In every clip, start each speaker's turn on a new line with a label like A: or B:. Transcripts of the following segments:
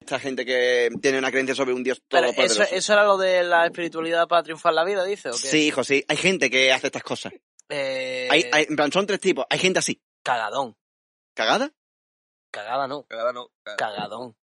A: esta gente que tiene una creencia sobre un dios
B: Pero
A: todopoderoso.
B: eso, eso era lo de la espiritualidad para triunfar la vida, dice, ¿o qué?
A: Sí, hijo, sí. Hay gente que hace estas cosas.
B: Eh,
A: Hay, hay- en plan, son tres tipos. Hay gente así.
B: Cagadón.
A: ¿Cagada?
B: Cagada no.
C: Cagada no. cagada.
B: Cagadón.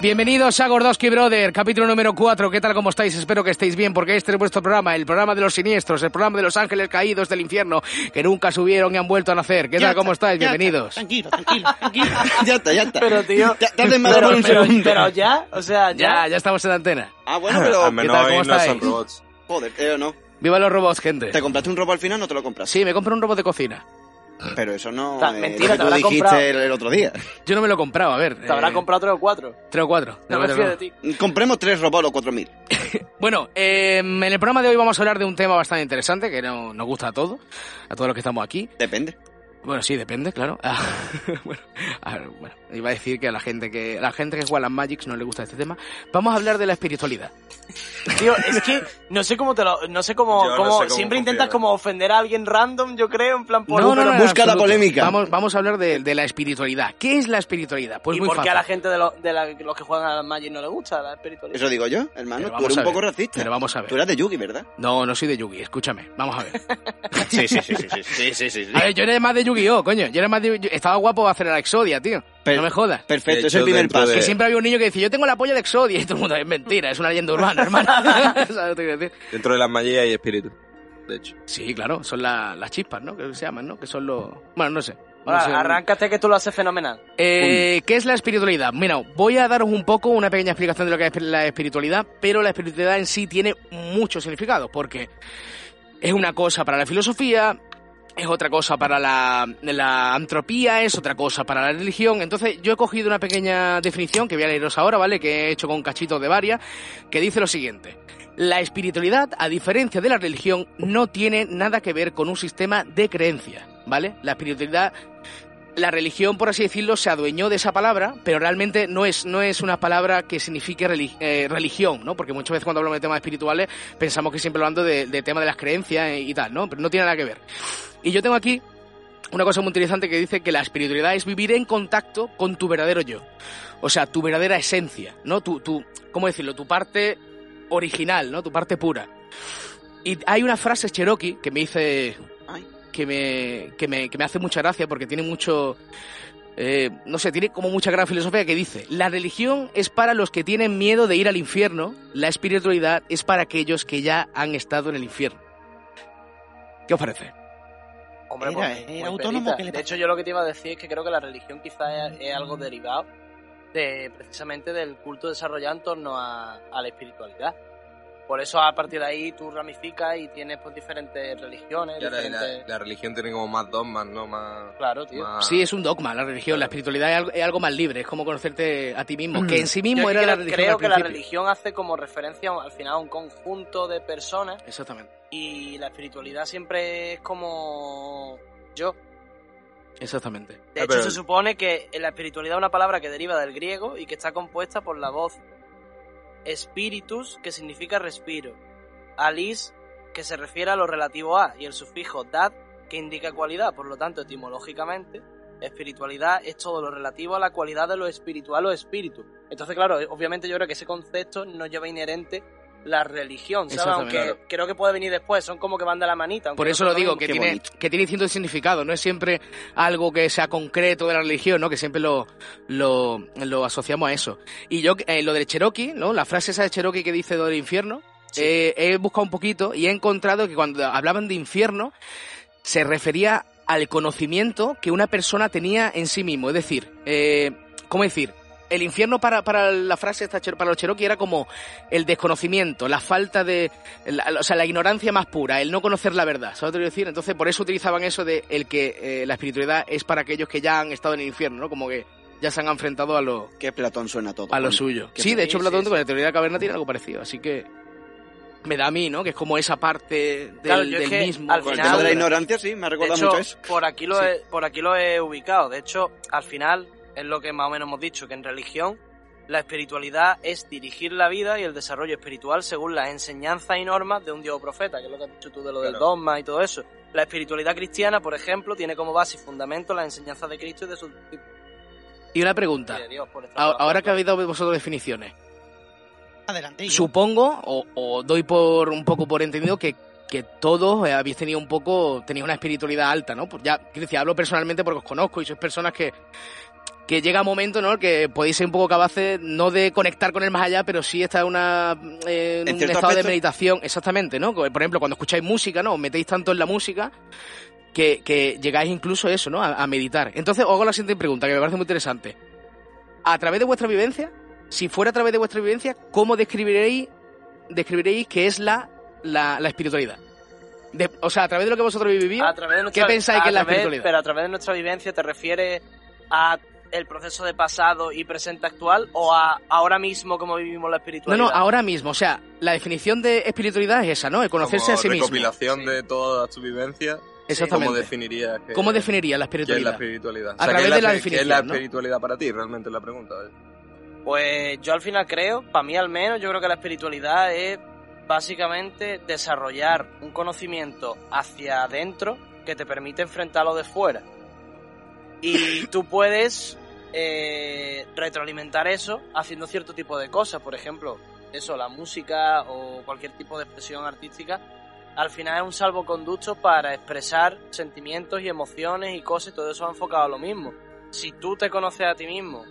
D: Bienvenidos a Gordoski Brother, capítulo número 4. ¿Qué tal? ¿Cómo estáis? Espero que estéis bien, porque este es vuestro programa, el programa de los siniestros, el programa de los ángeles caídos del infierno, que nunca subieron y han vuelto a nacer. ¿Qué tal? ¿Cómo estáis? Bienvenidos.
A: Tranquilo, tranquilo, tranquilo. ya está, ya está.
B: Pero, tío.
A: Ya, te has desmadrado por un
B: pero,
A: segundo.
B: pero ya, o sea,
D: Ya,
B: ya.
D: ya estamos en antena.
A: Ah, bueno, pero.
C: Al menos
D: tal? ¿Cómo
C: hoy no son
D: estáis?
C: robots.
A: Joder, eh, no.
D: Viva los robots, gente.
A: ¿Te compraste un robo al final no te lo compras?
D: Sí, me compro un robot de cocina.
A: Pero eso no.
B: Ta-
A: es lo que
B: mentira, te
A: tú
B: habrá
A: dijiste
B: comprado.
A: el, el otro día.
D: Yo no me lo compraba, a ver.
B: Te habrá
D: eh,
B: comprado tres o cuatro.
D: Tres o cuatro.
B: No me
D: Tres o
B: fío
D: cuatro.
B: de ti.
A: Compremos tres robots o cuatro mil.
D: Bueno, eh, en el programa de hoy vamos a hablar de un tema bastante interesante que no- nos gusta a todos, a todos los que estamos aquí.
A: Depende.
D: Bueno, sí, depende, claro. Ah, bueno, a ver, bueno, iba a decir que a la gente que a la gente que juega a las Magics no le gusta este tema. Vamos a hablar de la espiritualidad.
B: Tío, es que no sé cómo te lo. No sé cómo.
C: Yo no
B: cómo-
C: sé cómo
B: siempre
C: confiar.
B: intentas como ofender a alguien random, yo creo, en plan por.
A: No, no, pero
D: en
A: busca la
D: absoluto.
A: polémica.
D: Vamos, vamos a hablar de, de la espiritualidad. ¿Qué es la espiritualidad? Pues
B: ¿Y
D: muy
B: por qué
D: fácil.
B: a la gente de, los- de la- los que juegan a las Magic no le gusta la espiritualidad?
A: Eso digo yo, hermano.
D: Pero
A: Tú
D: vamos
A: eres
D: a
A: un
D: ver,
A: poco racista.
D: Pero vamos a
A: Tú
D: ver.
A: eras de Yugi, ¿verdad?
D: No, no soy de Yugi, escúchame. Vamos a ver.
A: Sí, sí, sí, sí, sí, sí, sí, sí.
D: A ver, yo era más de Yu-Gi-Oh, coño. Yo era más de Estaba guapo hacer la Exodia, tío.
A: Pero- Eh.
D: no me jodas.
A: Perfecto,
C: De
A: es el
C: hecho,
A: primer
C: dentro
A: paso.
C: de-
D: Que siempre había un niño que decía, yo tengo la polla de Exodia. Y todo el mundo, es mentira, es una leyenda urbana, hermano. ¿Sabes lo que te quiero decir?
C: Dentro de las mallas hay espíritu. De hecho.
D: Sí, claro, son la- las chispas, ¿no? Que se llaman, ¿no? Que son los... Bueno, no sé. No
B: Ahora,
D: sé.
B: arráncate que tú lo haces fenomenal.
D: Eh, ¿Qué es la espiritualidad? Mira, voy a daros un poco una pequeña explicación de lo que es la espiritualidad, pero la espiritualidad en sí tiene muchos significados, porque es una cosa para la filosofía, es otra cosa para la, la antropía, es otra cosa para la religión. Entonces, yo he cogido una pequeña definición que voy a leeros ahora, ¿vale? Que he hecho con cachitos de varias, que dice lo siguiente. La espiritualidad, a diferencia de la religión, no tiene nada que ver con un sistema de creencias, ¿vale? La espiritualidad la religión, por así decirlo, se adueñó de esa palabra, pero realmente no es, no es una palabra que signifique reli- eh, religión, ¿no? Porque muchas veces cuando hablamos de temas espirituales pensamos que siempre hablando de, de tema de las creencias y tal, ¿no? Pero no tiene nada que ver. Y yo tengo aquí una cosa muy interesante que dice que la espiritualidad es vivir en contacto con tu verdadero yo. O sea, tu verdadera esencia, ¿no? Tu, tu, ¿cómo decirlo? Tu parte original, ¿no? Tu parte pura. Y hay una frase cherokee que me dice...
A: Ay.
D: Que me, que, me, que me hace mucha gracia porque tiene mucho... eh, no sé, tiene como mucha gran filosofía que dice, la religión es para los que tienen miedo de ir al infierno, la espiritualidad es para aquellos que ya han estado en el infierno. ¿Qué os parece?
B: Hombre,
A: Era-
B: pues,
A: era
B: muy
A: autónomo,
B: perita.
A: ¿qué le
B: De hecho, yo lo que te iba a decir es que creo que la religión quizá es, es algo derivado de precisamente del culto desarrollado en torno a, a la espiritualidad. Por eso a partir de ahí tú ramificas y tienes pues diferentes religiones,
C: Y ahora
B: diferentes...
C: la, la religión tiene como más dogmas, ¿no? Más.
B: Claro, tío.
C: más-
D: Sí, es un dogma la religión. La espiritualidad es algo, es algo más libre, es como conocerte a ti mismo, que en sí
B: Yo
D: mismo
B: es que
D: era la
B: creo-
D: religión.
B: creo
D: al
B: que la
D: principio.
B: religión hace como referencia al final a un conjunto de personas
D: Exactamente,
B: y la espiritualidad siempre es como yo.
D: exactamente.
B: De
C: Ah,
B: hecho,
C: pero-
B: se supone que la espiritualidad es una palabra que deriva del griego y que está compuesta por la voz spiritus, que significa respiro, alis, que se refiere a lo relativo a, y el sufijo dad, que indica cualidad. Por lo tanto, etimológicamente, espiritualidad es todo lo relativo a la cualidad de lo espiritual o espíritu. Entonces, claro, eh, obviamente yo creo que ese concepto no lleva inherente la religión, ¿sabes?
D: Exactamente.
B: Aunque creo que puede venir después, son como que van de la manita. aunque
D: Por
B: no
D: eso
B: son
D: lo digo,
B: mismo.
D: que
A: qué
D: tiene,
A: bonito.
D: que tiene distintos significados, no es siempre algo que sea concreto de la religión, ¿no? Que siempre lo, lo, lo asociamos a eso. Y yo, eh, lo del Cherokee, ¿no? La frase esa de Cherokee que dice del infierno, eh, he buscado un poquito y he encontrado que cuando hablaban de infierno, se refería al conocimiento que una persona tenía en sí mismo. Es decir, eh, ¿cómo decir? el infierno para, para la frase esta, chero- para los Cherokee era como el desconocimiento, la falta de, la- o sea, la ignorancia más pura, el no conocer la verdad, ¿sabes lo que quiero decir? Entonces por eso utilizaban eso de el que eh, la espiritualidad es para aquellos que ya han estado en el infierno, ¿no? Como que ya se han enfrentado a lo,
A: Que Platón suena todo.
D: a lo
A: coño.
D: suyo.
A: Que
D: Sí, de
B: sí,
D: hecho
B: sí,
D: Platón
B: sí.
D: con la teoría de la caverna tiene algo parecido, así que me da a mí, ¿no? Que es como esa parte del,
B: Claro, yo es
D: del
B: que
D: mismo.
B: al
A: Con el
B: final-
A: tema de la ignorancia, sí, me ha
B: De
A: recordado
B: hecho,
A: mucho eso.
B: por aquí, lo
D: Sí.
B: he, por aquí lo he ubicado. De hecho, al final es lo que más o menos hemos dicho, que en religión la espiritualidad es dirigir la vida y el desarrollo espiritual según las enseñanzas y normas de un dios o profeta, que es lo que has dicho tú de lo del
C: Claro.
B: dogma y todo eso. La espiritualidad cristiana, por ejemplo, tiene como base y fundamento las enseñanzas de Cristo y de su
D: Y una pregunta.
B: de Dios. Por esta
D: Ahora ahora que habéis dado vosotros definiciones,
E: Adelante. Illo.
D: supongo, o, o doy por un poco por entendido que, que todos eh, habéis tenido un poco, tenéis una espiritualidad alta, ¿no? Pues ya, quiero decir, hablo personalmente porque os conozco y sois personas que, que llega un momento, ¿no? Que podéis ser un poco capaces, no de conectar con el más allá, pero sí está una, eh,
A: En
D: en un
A: cierto
D: estado de
A: aspecto.
D: meditación, exactamente, ¿no? Por ejemplo, cuando escucháis música, ¿no? Os metéis tanto en la música que, que llegáis incluso a eso, ¿no? A, a meditar. Entonces, os hago la siguiente pregunta, que me parece muy interesante. A través de vuestra vivencia, si fuera a través de vuestra vivencia, ¿cómo describiréis, describiréis qué es la, la, la espiritualidad? De- o sea, a través de lo que vosotros vivís,
B: A través de nuestra-
D: ¿Qué pensáis que
B: a
D: es la
B: través-
D: espiritualidad?
B: Pero a través de nuestra vivencia te refieres a el proceso de pasado y presente actual o a ahora mismo como vivimos la
D: no,
B: espiritualidad.
D: no, ahora mismo, o sea, la definición de espiritualidad es esa, ¿no? El conocerse
C: Como
D: a sí mismo.
C: recopilación
B: Sí.
C: de todas tus vivencias.
D: Exactamente.
C: ¿Cómo definirías que-
D: ¿Cómo definiría la
C: eh, qué es la
D: espiritualidad?
C: espiritualidad?
D: A
C: ¿qué
D: través
C: es
D: de la
C: qué es la
D: definición, ¿no?
C: espiritualidad para ti? Realmente es la pregunta.
B: Pues yo al final creo, para mí al menos, yo creo que la espiritualidad es básicamente desarrollar un conocimiento hacia adentro que te permite enfrentar lo de fuera. Y tú puedes eh, retroalimentar eso haciendo cierto tipo de cosas, por ejemplo, eso, la música o cualquier tipo de expresión artística. Al final es un salvoconducto para expresar sentimientos y emociones y cosas, y todo eso va enfocado a lo mismo. Si tú te conoces a ti mismo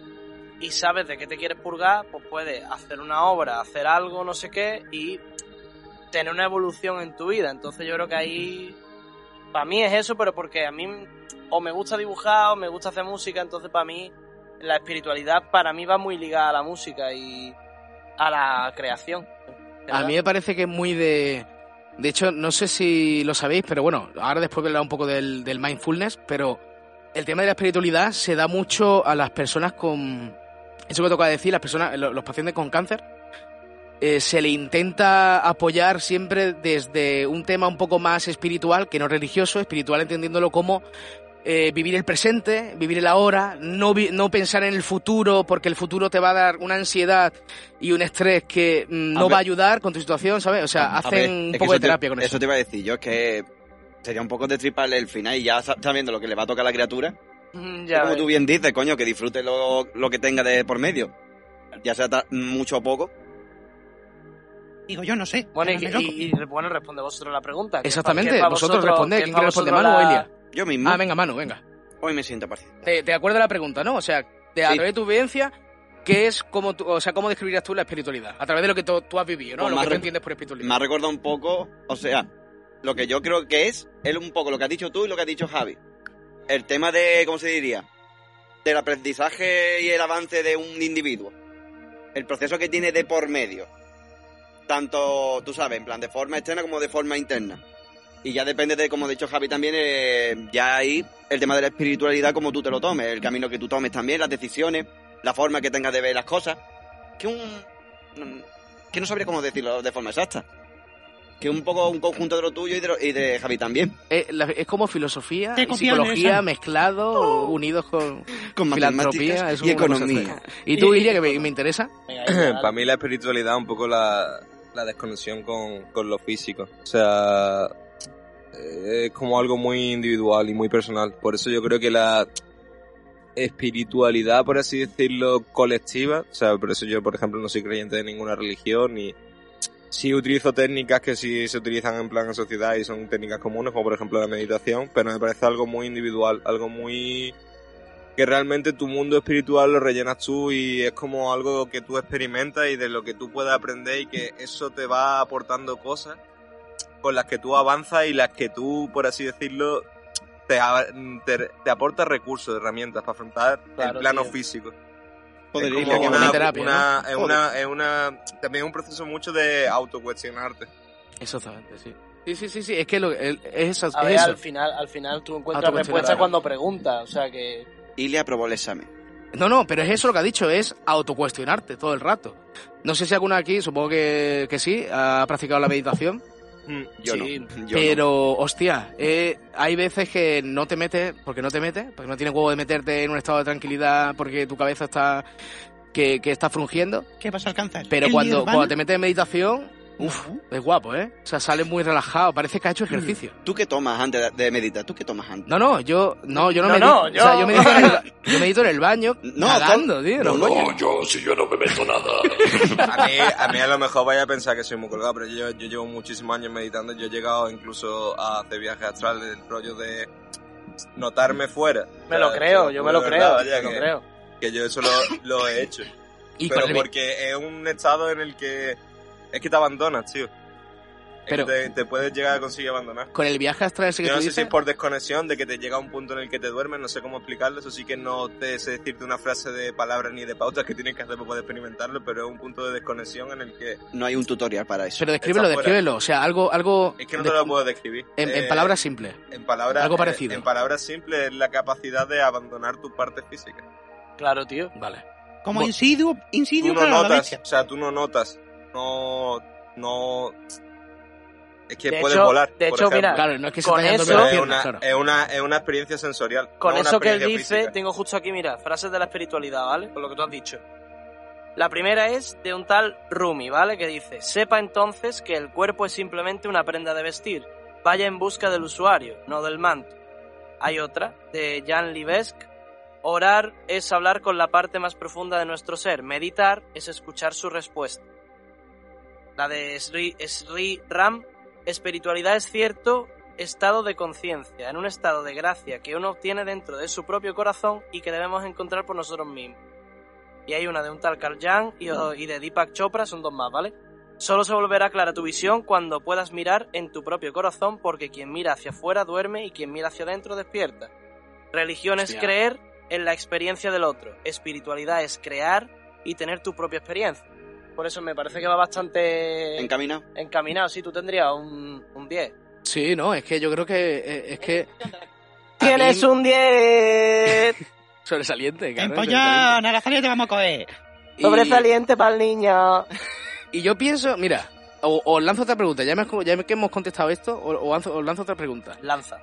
B: y sabes de qué te quieres purgar, pues puedes hacer una obra, hacer algo, no sé qué, y tener una evolución en tu vida. Entonces yo creo que ahí, para mí es eso, pero porque a mí o me gusta dibujar o me gusta hacer música, entonces para mí la espiritualidad para mí va muy ligada a la música y a la creación.
D: A mí me parece que es muy de... De hecho, no sé si lo sabéis, pero bueno, ahora después voy a hablar un poco del, del mindfulness, pero el tema de la espiritualidad se da mucho a las personas con... Eso que toca decir, las personas, lo- los pacientes con cáncer, eh, se le intenta apoyar siempre desde un tema un poco más espiritual, que no religioso, espiritual entendiéndolo como eh, vivir el presente, vivir el ahora, no, vi- no pensar en el futuro, porque el futuro te va a dar una ansiedad y un estrés que mm,
A: A
D: no
A: ver.
D: va a ayudar con tu situación, ¿sabes? O sea,
A: A
D: hacen
A: ver, es
D: un
A: que
D: poco de
A: te-
D: terapia con eso.
A: Eso te iba a decir yo, es que sería un poco de triparle el final y ya sa- sabiendo lo que le va a tocar a la criatura.
B: Mm,
A: que
B: ya
A: como tú
B: ves.
A: bien dices, coño, que disfrute lo, lo que tenga de por medio. Ya sea ta- mucho o poco.
E: Digo, yo no sé.
B: Bueno, y,
E: pero me loco.
B: y- y, bueno, responde vosotros la pregunta. que
D: Exactamente,
B: pa- que pa
D: vosotros, respondéis.
B: que
D: ¿Quién
B: pa
D: quiere responder,
B: vosotros
D: Manu o
B: la-
D: Elia?
A: Yo mismo
D: Ah, venga, Manu, venga.
A: hoy me siento parcial.
D: Te, te acuerdas de la pregunta, ¿no? O sea, de, a
A: Sí.
D: través de tu vivencia, ¿qué es, cómo, tú- o sea, cómo describirías tú la espiritualidad? A través de lo que tú, tú has vivido, ¿no?
A: Pues
D: lo
A: más
D: que tú
A: re-
D: entiendes por espiritualidad.
A: Me ha recordado un poco, o sea, lo que yo creo que es, es un poco lo que has dicho tú y lo que has dicho Javi. El tema de, ¿cómo se diría? Del aprendizaje y el avance de un individuo. El proceso que tiene de por medio. Tanto, tú sabes, en plan de forma externa como de forma interna. Y ya depende de, como ha dicho Javi también, eh, ya ahí el tema de la espiritualidad, como tú te lo tomes, el camino que tú tomes también, las decisiones, la forma que tengas de ver las cosas. Que un... Que no sabría cómo decirlo de forma exacta que un poco un conjunto de lo tuyo y de, lo- y de Javi también.
D: Eh, la- es como filosofía
E: Te
D: y
E: copian,
D: psicología
E: esa. Oh.
D: mezclado, unidos con
A: Con
D: filantropía
A: matemáticas
D: eso
A: y
D: es una cosa
A: economía.
D: extraña. Y tú,
B: Y-
D: Ilia, que me, me interesa.
B: Venga, Elia, dale.
C: Para mí la espiritualidad es un poco la, la desconexión con, con lo físico. O sea, eh, es como algo muy individual y muy personal. Por eso yo creo que la espiritualidad, por así decirlo, colectiva, o sea, por eso yo, por ejemplo, no soy creyente de ninguna religión y sí utilizo técnicas que sí se utilizan en plan en sociedad y son técnicas comunes, como por ejemplo la meditación, pero me parece algo muy individual, algo muy que realmente tu mundo espiritual lo rellenas tú y es como algo que tú experimentas y de lo que tú puedes aprender y que eso te va aportando cosas con las que tú avanzas y las que tú, por así decirlo, te, a- te, te aporta recursos, herramientas para afrontar
B: Claro,
C: el plano
B: tío.
C: físico. Es
A: Podría ir
C: como
A: a que
C: una-
A: no-
D: terapia,
C: una- es
A: Joder.
C: una- es una- también es un proceso mucho de autocuestionarte.
D: Exactamente, sí. Sí, sí, sí, sí, es que lo- el- es, esa-
B: A ver,
D: es
B: al
D: eso.
B: final, al final tú
D: Ah,
B: encuentras
D: tú
B: respuesta
D: consideras.
B: cuando preguntas, o sea que...
A: Y le aprobó el examen.
D: No, no, pero es eso lo que ha dicho, es autocuestionarte todo el rato. No sé si alguna aquí, supongo que, que sí, ha practicado la meditación,
B: Mm.
A: Yo
D: Sí,
A: no. Yo
D: pero, hostia, eh, hay veces que no te metes, porque no te metes, porque no tienes huevo de meterte en un estado de tranquilidad porque tu cabeza está, que, que está frungiendo,
E: ¿Qué vas a alcanzar?
D: pero
E: ¿El
D: cuando,
E: Nirvana?
D: cuando te metes en meditación, uff,
C: Uh.
D: es guapo, ¿eh? O sea, sales muy relajado, parece que has hecho
C: Mm.
D: ejercicio.
A: no. ¿Tú qué tomas antes de- de meditar? ¿Tú qué tomas antes?
D: No, no, yo no, yo no,
B: No,
D: medito.
B: no,
D: o sea,
B: yo-
D: yo medito, en el, yo medito en el baño,
A: No,
D: cagando, tío.
F: No,
D: no, coño.
F: no, yo, si yo no me meto nada.
C: A mí, a mí a lo mejor vaya a pensar que soy muy colgado, pero yo, yo llevo muchísimos años meditando. Yo he llegado incluso a hacer viajes astrales, el rollo de notarme fuera.
B: Me lo
C: O sea,
B: creo,
C: te
B: yo me
C: juro
B: lo
C: de
B: creo,
C: verdad,
B: me
C: vaya,
B: lo
C: que-
B: creo.
C: Que yo eso lo, lo he hecho.
D: Y
C: pero
D: con el-
C: porque es un estado en el que es que te abandonas, tío. Es
D: Pero-
C: que te, te puedes llegar a conseguir abandonar.
D: con el viaje astral ese que tú
C: Yo no sé
D: dices,
C: si es por desconexión de que te llega un punto en el que te duermes, no sé cómo explicarlo, eso sí que no te sé decirte una frase de palabras ni de pautas que tienes que hacer para poder experimentarlo, pero es un punto de desconexión en el que
A: No hay un tutorial para eso.
D: pero descríbelo,
C: está fuera.
D: descríbelo, o sea, algo, algo
C: es que no
D: de-
C: te lo puedo describir.
D: en, en
C: Eh,
D: palabras simples.
C: en palabras
D: algo parecido.
C: eh, En palabras simples es la capacidad de abandonar tu parte física.
B: Claro, tío.
D: Vale.
E: Como
D: Bo-
E: insidiu,
C: Tú
E: insidiu
C: no
E: para la
C: notas,
E: bestia.
C: o sea, tú no notas, no no es que
B: De
C: puedes
B: hecho-
C: volar.
B: de
C: por
B: hecho, mira,
C: ejemplo.
D: Claro, no es que se
B: Con
D: te hayan
B: eso-
D: dormido las
C: Pero es,
D: piernas,
C: una,
D: claro.
C: es, una, es una experiencia sensorial.
B: Con
C: no una
B: eso que él dice,
C: experiencia física.
B: tengo justo aquí, mira, frases de la espiritualidad, ¿vale? Con lo que tú has dicho. La primera es de un tal Rumi, ¿vale? Que dice, sepa entonces que el cuerpo es simplemente una prenda de vestir. Vaya en busca del usuario, no del manto. Hay otra, de Jan Libesque. Orar es hablar con la parte más profunda de nuestro ser. Meditar es escuchar su respuesta. La de Sri, Sri Ram, espiritualidad es cierto estado de conciencia, en un estado de gracia que uno obtiene dentro de su propio corazón y que debemos encontrar por nosotros mismos. Y hay una de un tal Carl Jung y, y de Deepak Chopra, son dos más, ¿vale? Solo se volverá clara tu visión cuando puedas mirar en tu propio corazón, porque quien mira hacia afuera duerme y quien mira hacia adentro despierta. Religión es
D: Hostia.
B: creer en la experiencia del otro, espiritualidad es crear y tener tu propia experiencia. Por eso me parece que va bastante
A: Encaminado.
B: encaminado, sí, tú tendrías un, un 10.
D: Sí, no, es que yo creo que eh, es que
B: Tienes un 10
D: sobresaliente, claro,
E: En
D: sobresaliente.
E: polla, Narazania te vamos a coger.
D: Y-
B: sobresaliente para el niño.
D: Y yo pienso, mira, o- os lanzo otra pregunta, ya, me, ya que hemos contestado esto, o- o lanzo- os lanzo otra pregunta.
B: Lanza.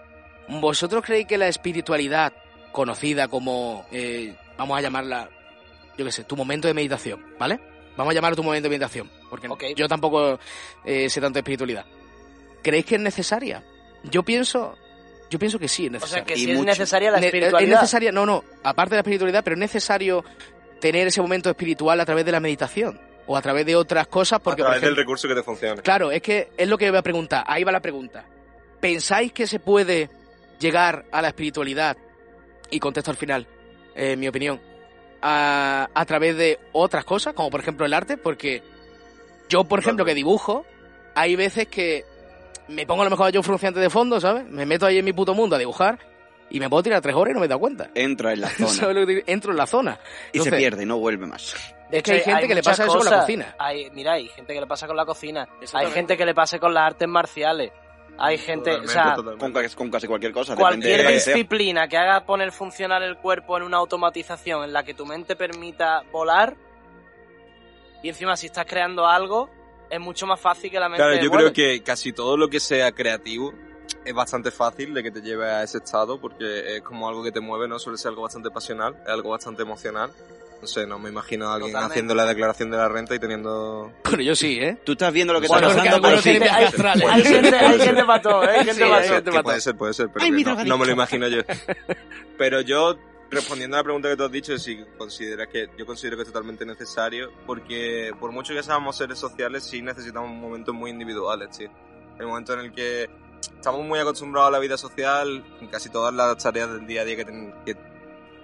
D: ¿Vosotros creéis que la espiritualidad, conocida como, eh, vamos a llamarla, yo qué sé, tu momento de meditación, ¿vale? Vamos a llamarlo tu momento de meditación, porque
B: Ok.
D: yo tampoco eh, sé tanto de espiritualidad. ¿Creéis que es necesaria? Yo pienso, yo pienso que sí es
B: O sea,
D: necesaria.
B: que
A: Y
B: si es
A: mucho.
B: necesaria la
D: Ne- Es
B: espiritualidad.
D: necesaria, no, no, aparte de la espiritualidad, pero es necesario tener ese momento espiritual a través de la meditación o a través de otras cosas, porque
C: a
D: por
C: través del
D: ejemplo-
C: recurso que te funcione.
D: Claro, es que es lo que voy a preguntar. Ahí va la pregunta. ¿Pensáis que se puede llegar a la espiritualidad? Y contesto al final, eh, mi opinión. A, a través de otras cosas, como por ejemplo el arte, porque yo, por ejemplo, que dibujo, hay veces que me pongo a lo mejor yo frunciante de fondo, ¿sabes? Me meto ahí en mi puto mundo a dibujar y me puedo tirar tres horas y no me he dado cuenta.
A: Entra en la
D: ¿Sabes
A: zona.
D: lo que te digo? Entro en la zona.
A: y se
D: Entonces,
A: pierde y no vuelve más.
B: De
D: Es que hay gente que le
B: muchas
D: pasa eso con la
B: cosas.
D: cocina.
B: Hay, mira, hay gente que le pasa con la cocina. Hay
D: Exactamente.
B: gente que le pasa con las artes marciales. Hay gente,
C: Totalmente,
B: o sea,
A: Con,
C: totalmente.
A: ca- con casi cualquier cosa.
B: cualquier
A: depende de lo que sea.
B: disciplina que haga poner funcionar el cuerpo en una automatización en la que tu mente permita volar. Y encima, si estás creando algo, es mucho más fácil que la mente.
C: Claro, yo
B: vuele.
C: creo que casi todo lo que sea creativo es bastante fácil de que te lleve a ese estado porque es como algo que te mueve, ¿no? Suele ser algo bastante pasional, es algo bastante emocional. No sé, no me imagino a alguien
B: Totalmente.
C: haciendo la declaración de la renta y teniendo...
D: Bueno, yo sí, ¿eh?
A: Tú estás viendo lo que
D: Bueno,
A: está
D: porque
A: pasando, pero
D: algunos
A: sí.
D: tienen
B: sí,
D: viajes astrales.
B: Hay gente, hay gente para todo, ¿eh? hay gente
D: Sí,
B: para
D: hay
B: todo.
C: Que-
D: te
C: que
D: mató.
C: puede ser, puede ser, pero
E: Ay,
C: que
E: mi
C: no,
E: drogadicto.
C: no me lo imagino yo. pero yo, respondiendo a la pregunta que tú has dicho, si consideras que yo considero que es totalmente necesario, porque por mucho que seamos seres sociales, sí necesitamos momentos muy ¿eh? individuales, tío. El momento en el que estamos muy acostumbrados a la vida social, en casi todas las tareas del día a día que, ten- que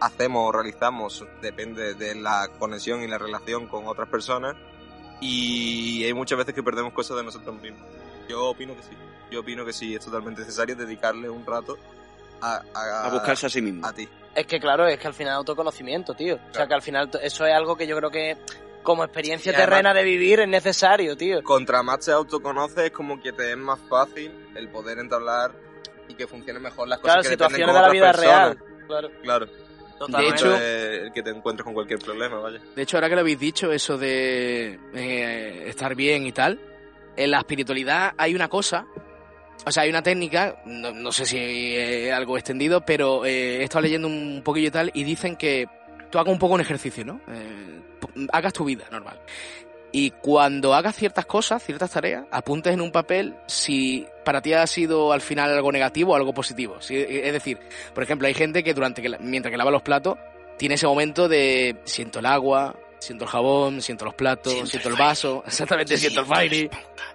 C: hacemos o realizamos depende de la conexión y la relación con otras personas. Y hay muchas veces que perdemos cosas de nosotros mismos. Yo opino que sí. Yo opino que sí, es totalmente necesario dedicarle un rato a,
A: A buscarse a sí mismo.
C: a ti.
B: Es que claro, es que al final autoconocimiento, tío. O sea, que al final t- eso es algo que yo creo que como experiencia
C: Y además-
B: terrena de vivir es necesario, tío.
C: Contra más te autoconoces, es como que te es más fácil el poder entablar y que funcionen mejor las
B: Claro,
C: cosas. que dependen
B: situaciones de la
C: con
B: vida
C: otras personas.
B: real. Claro,
C: Claro.
D: De
B: totalmente.
D: hecho-
C: Entonces, el que te encuentres con cualquier problema, vaya.
D: De hecho, ahora que lo habéis dicho, eso de eh, estar bien y tal, en la espiritualidad hay una cosa, o sea, hay una técnica, no, no sé si es algo extendido, pero eh, he estado leyendo un poquillo y tal, y dicen que tú hagas un poco un ejercicio, ¿no? Eh, p- hagas tu vida normal. Y cuando hagas ciertas cosas, ciertas tareas, apuntes en un papel si para ti ha sido al final algo negativo o algo positivo. Si- Es decir, por ejemplo, hay gente que durante que la- mientras que lava los platos tiene ese momento de siento el agua, siento el jabón, siento los platos, siento, el vaso, exactamente siento, el baile.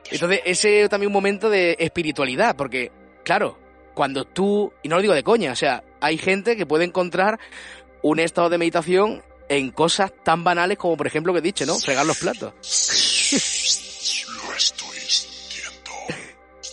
D: Entonces, ese es también un momento de espiritualidad, porque, claro, cuando tú, y no lo digo de coña, o sea, hay gente que puede encontrar un estado de meditación en cosas tan banales como, por ejemplo, que he dicho, ¿no? Fregar los platos.
F: Lo estoy sintiendo.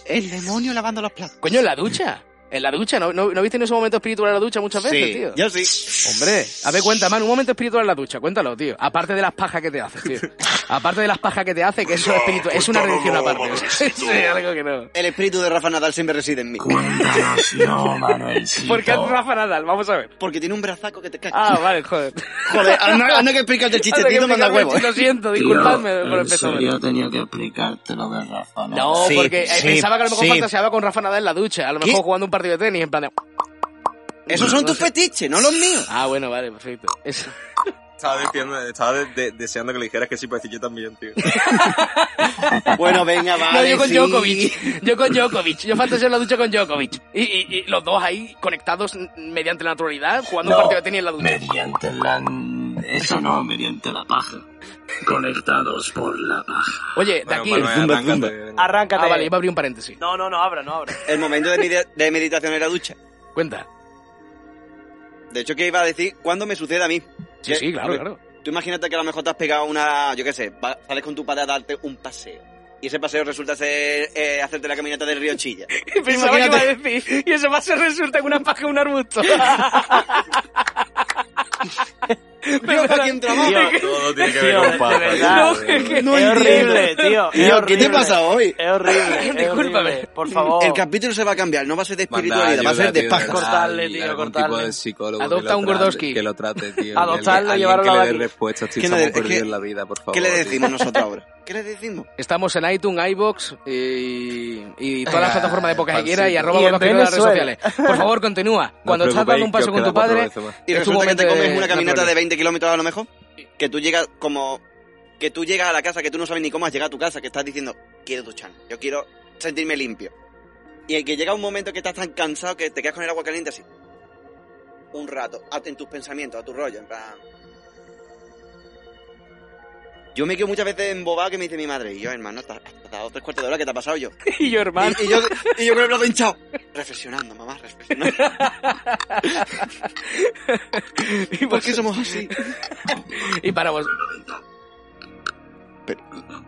E: El demonio lavando los platos.
D: Coño, en la ducha. En la ducha, ¿no, no, ¿no habéis tenido ese momento espiritual en la ducha muchas veces,
A: sí,
D: tío?
A: yo sí.
D: Hombre, a ver, cuenta, Manu, un momento espiritual en la ducha, cuéntalo, tío. Aparte de las pajas que te haces, tío. Aparte de las pajas que te hace, que eso es espiritu- es una religión aparte. o sea, eso es algo que no.
A: El espíritu de Rafa Nadal siempre reside en mí.
F: Cuéntanos, no, Manuelcito.
D: ¿Por qué es Rafa Nadal? Vamos a ver.
A: Porque tiene un brazaco que te cae.
D: Ah, vale, joder.
A: Joder, no, que explicarte el
D: Anda, que
A: chistetito, manda
D: explicarme,
A: huevo. ¿eh?
D: Lo siento, disculpadme por el peso.
F: tenía que explicártelo de Rafa.
D: No,
A: Sí,
D: porque eh,
A: sí,
D: pensaba que a lo mejor
A: sí.
D: fantaseaba con Rafa Nadal en la ducha, a lo mejor
A: ¿Qué?
D: jugando un partido de tenis, en plan de...
A: Esos son tus fetiches, no los míos.
D: Ah, bueno, vale, perfecto. Eso.
C: Estaba, diciendo, estaba de- de- deseando que le dijeras que sí, para decir yo también, tío.
A: Bueno, venga,
D: No,
A: vale.
D: yo con
A: sí.
D: Djokovic, yo con Djokovic, yo fantaseo en la ducha con Djokovic. Y, y- y los dos ahí conectados n- mediante la naturalidad, jugando un
F: No,
D: partido de tenis en la ducha.
F: Mediante la... Eso no, mediante la paja. Conectados por la paja.
D: Oye, de
C: Bueno,
D: aquí...
C: Manuel,
A: Zumba,
C: arráncate,
A: zumba.
C: venga.
B: Arráncate.
D: Ah, vale, iba a abrir un paréntesis.
B: No, no, no abra, no abra.
A: El momento de, medi- de meditación era ducha.
D: Cuenta.
A: De hecho, que iba a decir, ¿cuándo me sucede a mí?
D: Sí,
A: Que-
D: sí, claro,
A: hombre,
D: claro.
A: Tú imagínate que a lo mejor te has pegado una, yo qué sé, va- sales con tu padre a darte un paseo. Y ese paseo resulta ser eh, hacerte la caminata del río Chilla.
D: Pensaba que iba a decir, y eso va a ser resulta en una paja de un arbusto.
A: Yo para quien trabajo.
B: Tío,
C: Todo tiene que
B: tío,
C: ver
B: de
C: con paja.
B: verdad.
C: tío.
A: No
B: es
A: entiendo.
B: horrible,
A: Tío,
B: tío. es
A: ¿qué te
B: horrible.
A: pasa hoy?
B: Es horrible. es
D: Discúlpame.
B: horrible. Por favor.
A: El capítulo se va a cambiar, no va a ser de
C: Manda
A: espiritualidad, va a
C: ayuda,
A: ser de
C: tío,
A: pajas.
C: verdad,
B: Cortarle, tío,
C: algún tipo
B: cortarle.
C: de psicólogo que
D: Adopta
C: lo
D: un
C: trate-
D: Gordowski.
C: Que lo trate, tío.
B: Adoptarlo,
C: Alguien
B: llevarlo a
C: que
B: la
C: le dé
B: vida.
C: respuestas, tío.
A: ¿Qué le-
C: Estamos
A: qué-
C: perdidos en la vida, por favor.
A: ¿Qué le
C: tío.
A: decimos nosotros ahora? ¿Qué le decimos?
D: Estamos en iTunes, iBox y, y todas las
C: Ah,
D: plataformas de pocas que quiera y
C: pancito.
D: arroba
B: Y en
D: Gordowski en las redes
B: Venezuela.
D: sociales. Por favor, continúa.
C: No os
D: Cuando estás dando
C: preocupéis,
D: un paso
C: que os
D: con tu
C: queda cuatro
D: padre,
C: veces más.
A: Y
D: Es tu
A: resulta que te
D: momento
A: comes una caminata
D: natural.
A: de 20 kilómetros a lo mejor. Que tú llegas como. Que tú llegas a la casa que tú no sabes ni cómo has llegado a tu casa, que estás diciendo, quiero ducharme, yo quiero sentirme limpio. Y el que llega un momento que estás tan cansado que te quedas con el agua caliente así. Un rato, a- en tus pensamientos, a tu rollo, en plan. Yo me quedo muchas veces embobado que me dice mi madre, y yo, hermano, hasta, hasta dos, tres cuartos de hora que te ha pasado yo.
D: y yo, hermano.
A: Y, y yo, y yo con el brazo hinchado. Reflexionando, mamá, reflexionando.
D: Y, pues
A: ¿Por
D: vos-
A: qué somos así?
D: y para vos.
A: Pero-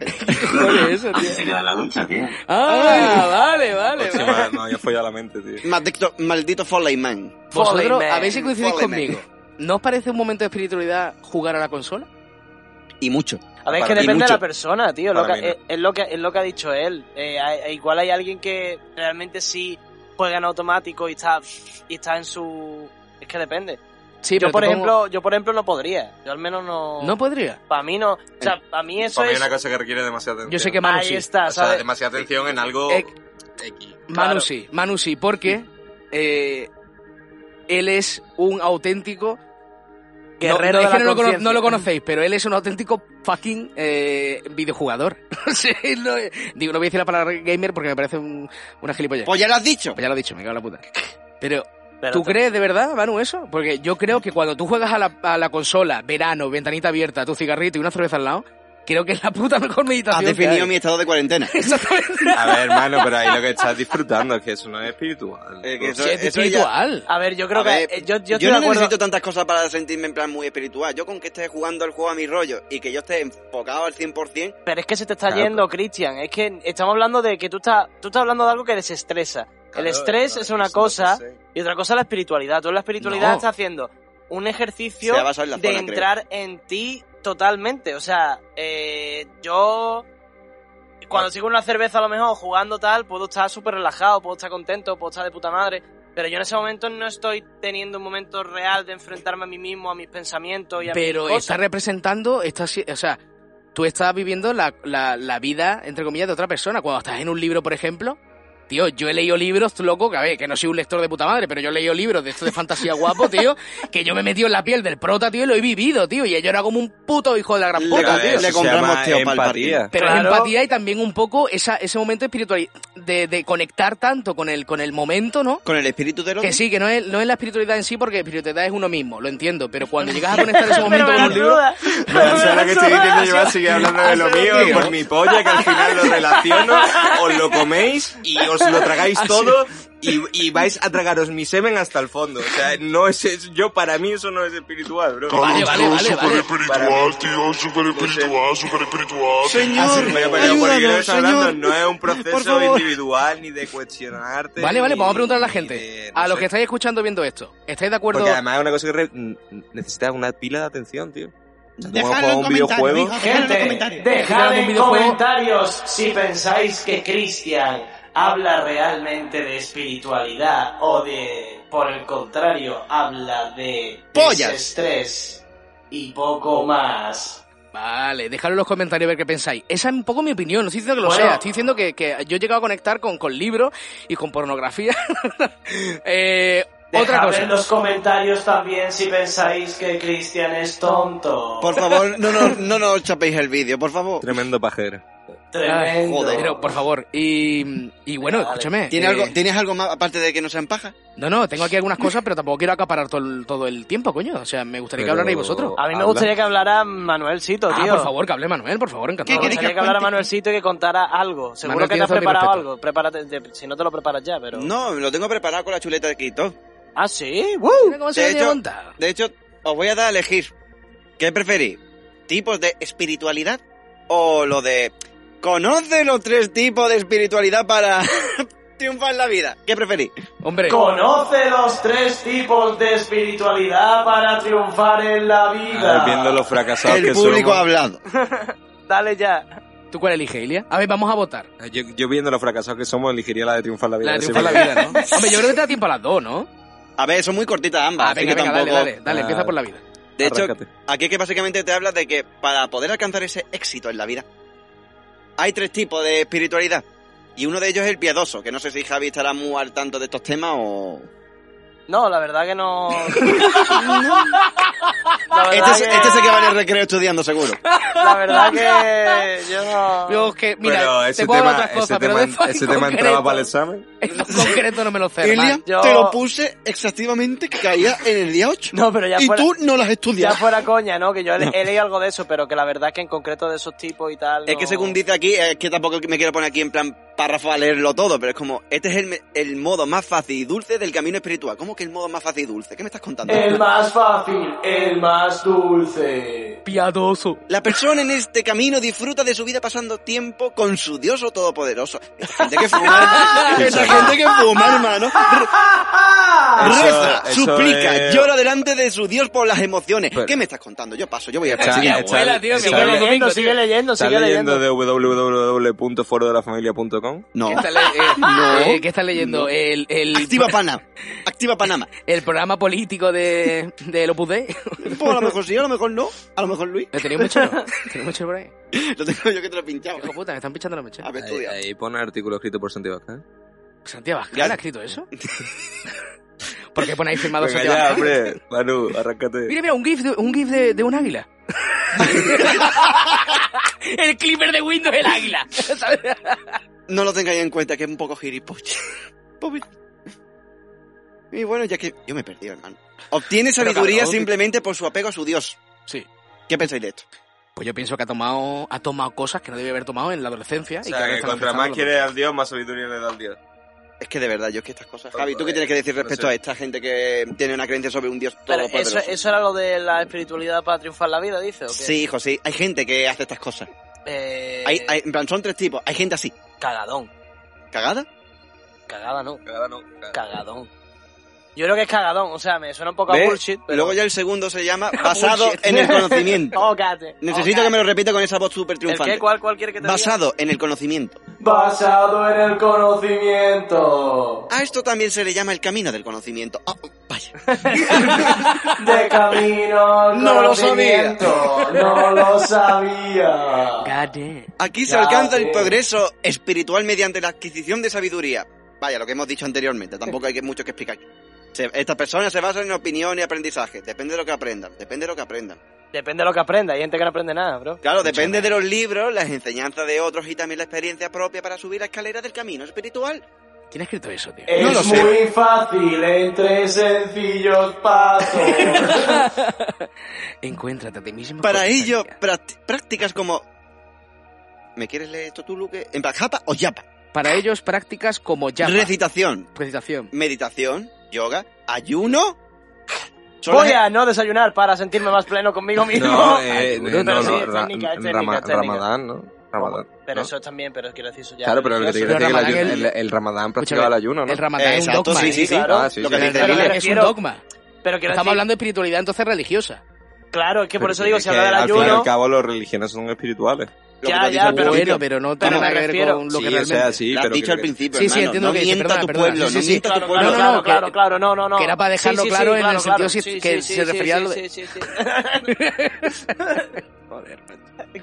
D: Oye, eso, tío.
F: Se queda la ducha, tío.
D: Ah, vale, vale.
C: Hostia,
D: vale.
C: me- me había follado la mente, tío.
A: Maldito, maldito Foleyman.
D: Vosotros,
B: Foleyman.
D: a ver si coincidís
A: Foleyman.
D: conmigo. ¿No os parece un momento de espiritualidad jugar a la consola?
A: Y mucho.
B: A ver, es que
A: Para mí
B: depende de
A: mucho.
B: la persona, tío. Lo
C: Para
B: que-
C: mí no.
B: es, es lo que, es lo que ha dicho él. Eh, hay- hay- igual hay alguien que realmente sí juega en automático y está, y está en su... Es que depende.
D: Sí,
B: yo,
D: te
B: por
D: pongo-
B: ejemplo, yo, por ejemplo, no podría. Yo al menos no...
D: No podría.
B: Para mí no... O sea, para mí eso
C: Para mí es
B: es...
C: una cosa que requiere demasiada atención.
D: Yo sé que Manu
B: Ahí
D: sí.
B: está,
C: O sea,
B: ¿sabes?
C: demasiada atención en algo...
D: Eh,
C: X.
D: Manu
B: Claro.
D: sí, Manu sí, porque eh, él es un auténtico
B: Guerrero
D: no,
B: de
D: es que
B: la
D: no, lo cono-
B: conciencia.
D: no lo conocéis, pero él es un auténtico fucking eh, videojugador. Sí, no, es- digo, no voy a decir la palabra gamer porque me parece un, una gilipollas.
A: Pues ya lo has dicho.
D: Pues ya lo he dicho, me cago en la puta. Pero,
B: Pero
D: ¿tú
B: te-
D: crees de verdad, Manu, eso? Porque yo creo que cuando tú juegas a la, a la consola, verano, ventanita abierta, tu cigarrito y una cerveza al lado, creo que es la puta mejor
A: Has
D: meditación. que
A: definido
D: hay.
A: mi estado de cuarentena.
D: Exactamente.
C: A ver, hermano, pero ahí lo que estás disfrutando es que eso no es espiritual.
A: Eh, que eso-
D: Sí, es
A: ya-
D: espiritual.
B: A ver, yo creo
A: A
B: que...
A: ver,
B: eh, yo, yo
A: Yo,
B: estoy de
A: no
B: acuerdo...
A: necesito tantas cosas para sentirme en plan muy espiritual. Yo con que esté jugando el juego a mi rollo y que yo esté enfocado al 100%,
B: Pero es que se te está
C: Claro,
B: yendo, Cristian. Es que estamos hablando de que tú estás, tú estás hablando de algo que desestresa. el estrés es una cosa, Y otra cosa es la espiritualidad. Tú en la espiritualidad
D: No.
B: estás haciendo un ejercicio
A: Se ha basado en la
B: de
A: zona, creo.
B: entrar en ti totalmente. O sea, eh, yo cuando sigo una cerveza a lo mejor jugando tal, puedo estar súper relajado, puedo estar contento, puedo estar de puta madre. Pero yo en ese momento no estoy teniendo un momento real de enfrentarme a mí mismo, a mis pensamientos y a
D: Pero
B: mis
D: está
B: cosas.
D: representando, está, si- o sea, tú estás viviendo la, la- la vida, entre comillas, de otra persona. Cuando estás en un libro, por ejemplo, tío, yo he leído libros, tú loco, que a ver, que no soy un lector de puta madre, pero yo he leído libros de esto de fantasía guapo, tío, que yo me he metido en la piel del prota, tío, y lo he vivido, tío, y yo era como un puto hijo de la gran
A: Le-
D: puta,
A: le-
D: tío.
C: Eso se
A: compramos,
C: llama
A: tío, pa'l
C: empatía.
D: Pero
B: Claro.
D: es empatía y también un poco esa, ese momento espiritual de, de conectar tanto con el, con el momento, ¿no?
A: Con el espíritu del otro.
D: Que sí, que no es, no es la espiritualidad en sí, porque espiritualidad es uno mismo, lo entiendo, pero cuando llegas a conectar ese
B: Pero
D: momento
B: me
D: con
B: la
D: un libro...
B: suda.
C: No sé lo que estoy diciendo, yo voy a
B: Pero
C: seguir hablando de lo
B: Hace
C: mío
B: lo mío.
C: por mi polla, que al final lo relaciono, os lo coméis y os lo tragáis todo y, y vais a tragaros mi semen hasta el fondo. O sea, no es, es- yo para mí eso no es espiritual, bro.
G: Claro,
D: Vale, vale,
G: tío,
D: vale,
G: super
D: vale.
G: espiritual, tío, super espiritual, super espiritual.
E: Señor,
C: Pero, pero por lo que
E: ayúdanos,
C: estás hablando
E: señor.
C: no es un
E: Por
C: proceso
E: favor.
C: individual ni de cuestionarte.
D: Vale, vale,
C: ni-
D: vamos a preguntar a la
C: ni
D: gente.
C: de- no
D: A los
C: sé.
D: que estáis escuchando viendo esto, ¿estáis de acuerdo?
C: Porque además es una cosa que re- n- n- necesita una pila de atención, tío.
E: Dejadlo en comentarios, mijo, dejadlo en los comentarios.
D: Dejad en
B: comentarios si pensáis que Cristian habla realmente de espiritualidad o de, por el contrario, habla de
D: Pollas.
B: estrés y poco más.
D: Vale, dejadlo en los comentarios a ver qué pensáis. Esa es un poco mi opinión, no estoy diciendo que lo
B: Bueno.
D: sea, estoy diciendo que, que yo he llegado a conectar con, con libros y con pornografía. Eh, otra cosa.
B: los comentarios también si pensáis que Cristian es tonto.
A: Por favor, no nos no, nos chapéis el vídeo, por favor.
C: Tremendo pajero.
D: Ay,
B: Tremendo.
A: joder.
D: Ah, Pero, por favor, y, y bueno,
B: Vale.
D: escúchame.
A: ¿Tiene
D: eh,
A: algo, ¿Tienes algo más aparte de que no sean paja?
D: No, no, tengo aquí algunas cosas, pero tampoco quiero acaparar todo, el- todo el tiempo, coño. O sea, me gustaría que
C: Pero-
D: hablarais vosotros.
B: A mí me
C: Habla.
B: gustaría que hablara Manuelcito,
D: Ah,
B: tío.
D: por favor, que hable Manuel, por favor,
B: Me
D: encantado.
E: ¿Qué queréis
B: gustaría
E: que
B: que hablara
E: cuente?
B: Manuelcito y que contara algo. Seguro que
D: Manuel,
B: te
D: tienes
B: has
D: todo mi
B: preparado
D: respeto.
B: algo. Prepárate, te- si no te lo preparas ya, pero...
A: No, lo tengo preparado con la chuleta de Quito.
B: Ah, sí, ¡Woo!
D: Mira ¿Cómo se
A: De
D: venía
A: hecho-
D: montada.
A: De hecho, os voy a dar a elegir. ¿Qué preferís? ¿Tipos de espiritualidad? ¿O lo de... Conoce los tres tipos de espiritualidad para triunfar en la vida? ¿Qué preferís?
D: Hombre,
B: Conoce los tres tipos de espiritualidad para triunfar en la vida.
C: Viendo los fracasados
A: El
C: que
A: público
C: somos.
A: ha hablado.
B: Dale ya.
D: ¿tú cuál eliges, Ilia? A ver, vamos a votar.
C: Eh, Yo, yo viendo los fracasados que somos, elegiría la de triunfar la vida.
D: La de
C: ese
D: triunfar la
C: video.
D: vida, ¿no? Hombre, yo creo que te da tiempo a las dos, ¿no?
A: A ver, son muy cortitas ambas.
D: Ah,
A: así
D: venga,
A: que
D: venga, dale,
A: tampoco...
D: dale, dale,
C: Ah.
D: empieza por la vida.
A: De hecho,
C: Arráncate.
A: Aquí que básicamente te habla de que para poder alcanzar ese éxito en la vida hay tres tipos de espiritualidad. Y uno de ellos es el piadoso, que no sé si Javi estará muy al tanto de estos temas o...
B: No, la verdad que no. La
A: Este,
B: verdad,
A: es-
B: que,
A: este se que va en el recreo estudiando seguro.
B: la verdad que yo no.
D: Yo es que, mira,
C: pero
D: te
C: ese
D: puedo
C: tema,
D: hablar otras
C: ese
D: cosas, pero
C: tema,
D: de esto en
C: ese tema
D: concreto-
C: entraba para el examen.
D: esto en concreto no me lo sé,
A: Ilia,
D: hermano.
B: yo-
A: te lo puse exactivamente que caía en el día 8.
B: No, pero ya
A: y
B: fuera-
A: tú no las
B: Ya
A: estudias.
B: fuera coña, ¿no? Que yo he, he leído algo de eso, pero que la verdad que en concreto de esos tipos y tal.
A: Es
B: no-
A: que según dice aquí, es que tampoco me quiero poner aquí en plan párrafo a leerlo todo, pero es como, este es el, me- el modo más fácil y dulce del camino espiritual. ¿Cómo que el modo más fácil y dulce? ¿Qué me estás contando?
B: más fácil, el más dulce.
D: Piadoso.
A: La persona en este camino disfruta de su vida pasando tiempo con su Dios o Todopoderoso. Esta gente que fuma, esta gente que fuma, hermano. Re-
C: Eso-
A: Reza,
C: eso
A: suplica,
C: es-
A: llora delante de su Dios por las emociones.
C: Pero-
A: ¿Qué me estás contando? Yo paso, yo voy a
C: Está-
A: perseguir a mi
C: está-
A: abuela.
D: tío,
C: está-
D: que
B: Sigue
D: Sábado
C: está
B: leyendo,
D: domingo,
B: sigue
D: tío.
B: leyendo, sigue leyendo.
C: leyendo de www.forodelaFamilia.com.
A: No.
D: ¿Qué está, le- eh,
A: No.
D: eh, ¿qué está leyendo? El, el,
A: Activa Panamá. Activa Panamá.
D: el programa político de, de Opus Dei.
A: Pues a lo mejor sí, a lo mejor no. A lo mejor Luis.
D: ¿Lo tenéis mucho? ¿no? ¿Tenéis mucho por ahí?
A: Lo tengo yo que te lo he pinchado.
D: Hijo puta, me están pinchando los mechas.
A: A ver,
C: Ahí,
A: estudia.
C: ahí pone artículo escrito por Santiago Abascal.
D: Santiago Abascal ha escrito eso. ¿Por qué ponéis firmado
C: Venga
D: Ah, Santiago
C: ya,
D: Abascal?
C: hombre. Manu, arráncate.
D: Mira, mira, un gif de un, gif de, de un águila. el clipper de Windows, el águila. ¿Sabes?
A: No lo tengáis en cuenta, que es un poco gilipoche. Pobre- Y bueno, ya que yo me he perdido, hermano. Obtiene sabiduría
D: cabrón,
A: simplemente por su apego a su Dios.
D: Sí.
A: ¿Qué pensáis de esto?
D: Pues yo pienso que ha tomado, ha tomado cosas que no debía haber tomado en la adolescencia.
C: O
D: y que
C: sea,
D: ahora
C: que
D: está
C: contra
D: manifestando
C: más
D: los
C: quieres al Dios, más sabiduría le da al Dios.
A: Es que de verdad, yo es que estas cosas.
C: Oh,
B: Pues
A: Javi, ¿tú qué
C: eh,
A: tienes que decir
C: no
A: respecto
C: sé.
A: a esta gente que tiene una creencia sobre un Dios
B: Pero
A: todo
B: eso, eso era lo de la espiritualidad para triunfar la vida, dice. ¿o qué?
A: Sí, hijo, sí. Hay gente que hace estas cosas.
B: Eh,
A: Hay, hay- en plan, son tres tipos. Hay gente así.
B: Cagadón.
A: ¿Cagada?
B: Cagada no,
C: Cada no, cada-
B: cagadón. Yo creo que es cagadón, o sea, me suena un poco
A: ¿Ves?
B: a bullshit, pero...
A: Luego ya el segundo se llama Basado en el conocimiento.
B: Tócate.
A: Necesito que me lo repita con esa voz súper
B: ¿El qué?
A: triunfante.
B: ¿Cuál, cuál quiere que te diga?
A: Basado en el conocimiento.
B: Basado en el conocimiento
A: A esto también se le llama el camino del conocimiento. Oh, vaya.
B: de camino al
A: No lo sabía.
B: conocimiento. No lo sabía.
A: Aquí se
B: Ya,
A: alcanza el
B: sí.
A: progreso espiritual mediante la adquisición de sabiduría. Vaya, lo que hemos dicho anteriormente, tampoco hay que- mucho que explicar. Se- estas personas se basan en opinión y aprendizaje. Depende de lo que aprendan, depende de lo que aprendan.
B: Depende de lo que aprenda, hay gente que no aprende nada, bro.
A: Claro, depende de los libros, las enseñanzas de otros y también la experiencia propia para subir la escalera del camino espiritual.
D: ¿Quién ha escrito eso, tío?
B: Eh,
A: No lo sé.
B: fácil en tres sencillos pasos.
D: Encuéntrate a ti mismo.
A: Para
D: con esta
A: ello,
D: guía.
A: practi- prácticas como... ¿Me quieres leer esto tú, Luque? ¿En plan japa o yapa?
D: Para ellos, prácticas como ya.
A: Recitación,
D: Recitación.
A: meditación, yoga, ayuno. Son
B: Voy
A: las-
B: a no desayunar para sentirme más pleno conmigo mismo.
C: No, eh,
B: Ay,
C: eh,
B: bro,
C: no,
B: pero
C: no,
B: sí, es
C: Ra-
B: técnica, es técnica,
C: Rama-
B: es técnica.
C: Ramadán, ¿no? Ramadán.
B: Pero
C: ¿no?
B: eso es también, pero quiero decir eso ya.
C: Claro, pero lo que te quiero
D: Pero
C: decir es que
D: Ramadán,
C: el,
D: el-
C: el, el Ramadán practicaba
D: Escúchame,
C: el ayuno, ¿no?
D: El ramadán es un
A: Exacto,
D: dogma.
A: sí,
D: ¿eh?
A: sí, sí.
B: Claro.
C: Ah, sí,
A: Lo
C: sí,
A: que
C: sí.
A: dice
D: Pero
A: Lile.
D: Es un
B: Prefiero-
D: dogma.
B: Pero quiero
D: Estamos
B: decir,
D: hablando de espiritualidad entonces religiosa.
B: claro, es que por
C: Pero
B: eso digo,
C: es
B: si
C: que
B: habla del
C: Al fin y al
B: ayuno,
C: cabo, las religiones son espirituales.
A: Lo que
B: Ya,
A: te has dicho
B: ya,
A: al
B: pero-
A: principio.
D: bueno, pero no tiene
B: Vamos,
D: nada
B: me
D: que ver
B: refiero-
D: con lo que
C: sí, o
D: realmente.
C: sea, sí,
A: Lo has
C: pero
A: dicho
C: que-
A: al principio,
D: Sí, sí,
A: hermano.
D: entiendo
A: no
D: lo que dice,
A: mientas a tu
D: perdona,
A: pueblo,
D: perdona. Sí,
A: no
D: sí, sí,
A: mientas a tu
B: Claro,
A: pueblo.
B: claro,
D: No, no,
B: claro,
D: no,
B: claro,
D: que-
B: claro, no, no, no.
D: que era para dejarlo claro en el sentido si- que se refería a lo
B: Sí,
D: de-
B: sí, sí,
D: Joder,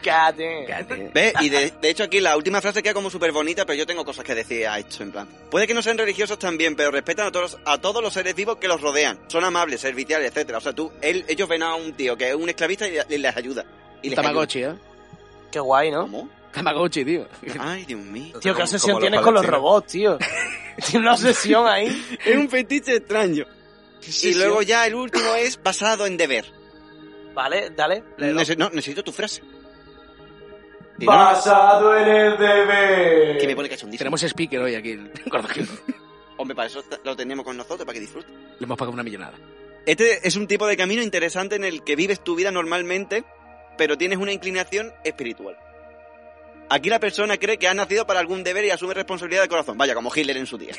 B: Cállate.
D: cállate.
A: ¿Ves? Y de, de hecho aquí la última frase queda como súper bonita, pero yo tengo cosas que decir a esto, en plan. Puede que no sean religiosos también, pero respetan a todos, a todos los seres vivos que los rodean. Son amables, serviciales, etcétera. O sea, tú, él, ellos ven a un tío que es un esclavista y, y les ayuda. Y les
D: Tamagotchi, ¿eh?
B: Qué guay,
A: ayuda.
B: ¿no?
A: ¿Cómo?
D: Tamagotchi, tío.
A: Ay, Dios mío.
B: Tío, qué
C: Como-
B: obsesión
C: como los
B: tienes con los
C: palestinos.
B: robots, tío. Tiene una obsesión ahí.
A: Es un fetiche extraño.
B: Sí,
A: y
B: sí.
A: luego ya el último es basado en deber.
B: Vale, dale. léelo.
A: Nece- no, necesito tu frase. Si no,
B: Basado en el
A: que me
B: deber.
A: pone cachondísimo.
D: Tenemos speaker hoy aquí. Gordo Gil.
A: Hombre, para eso lo tenemos con nosotros, para que disfrute.
D: Le hemos pagado una millonada.
A: Este es un tipo de camino interesante en el que vives tu vida normalmente, pero tienes una inclinación espiritual. Aquí la persona cree que ha nacido para algún deber y asume responsabilidad de corazón. Vaya, como Hitler en su día.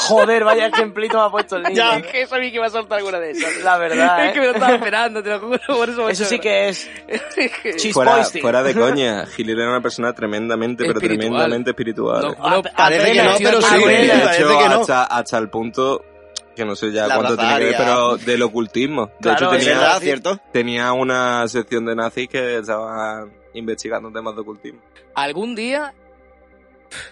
B: Joder, vaya ejemplito me ha puesto el niño. eh.
D: Ya, que sabía que iba a soltar alguna de esas.
B: La verdad,
D: Es que
B: ¿eh?
D: me lo estaba esperando, te lo juro. Por eso
B: Eso sí que es cheese
C: Eh, Fuera,
B: posting.
C: fuera de coña, Gil era una persona tremendamente, pero
D: Espiritual.
C: tremendamente espiritual.
D: No,
C: ¿eh?
D: no,
B: A-
A: parece
B: apenas,
A: que no,
B: tío,
A: pero sí,
B: apenas.
C: de
A: güey, parece
C: hecho,
A: que no.
C: hasta, hasta el punto, que no sé ya
A: La
C: cuánto tiene que ver,
A: brazaria.
C: pero del ocultismo. De
B: Claro,
C: hecho,
A: Es
C: tenía,
A: verdad, ¿cierto?
C: tenía una sección de nazis que estaban investigando temas de ocultismo.
D: Algún día.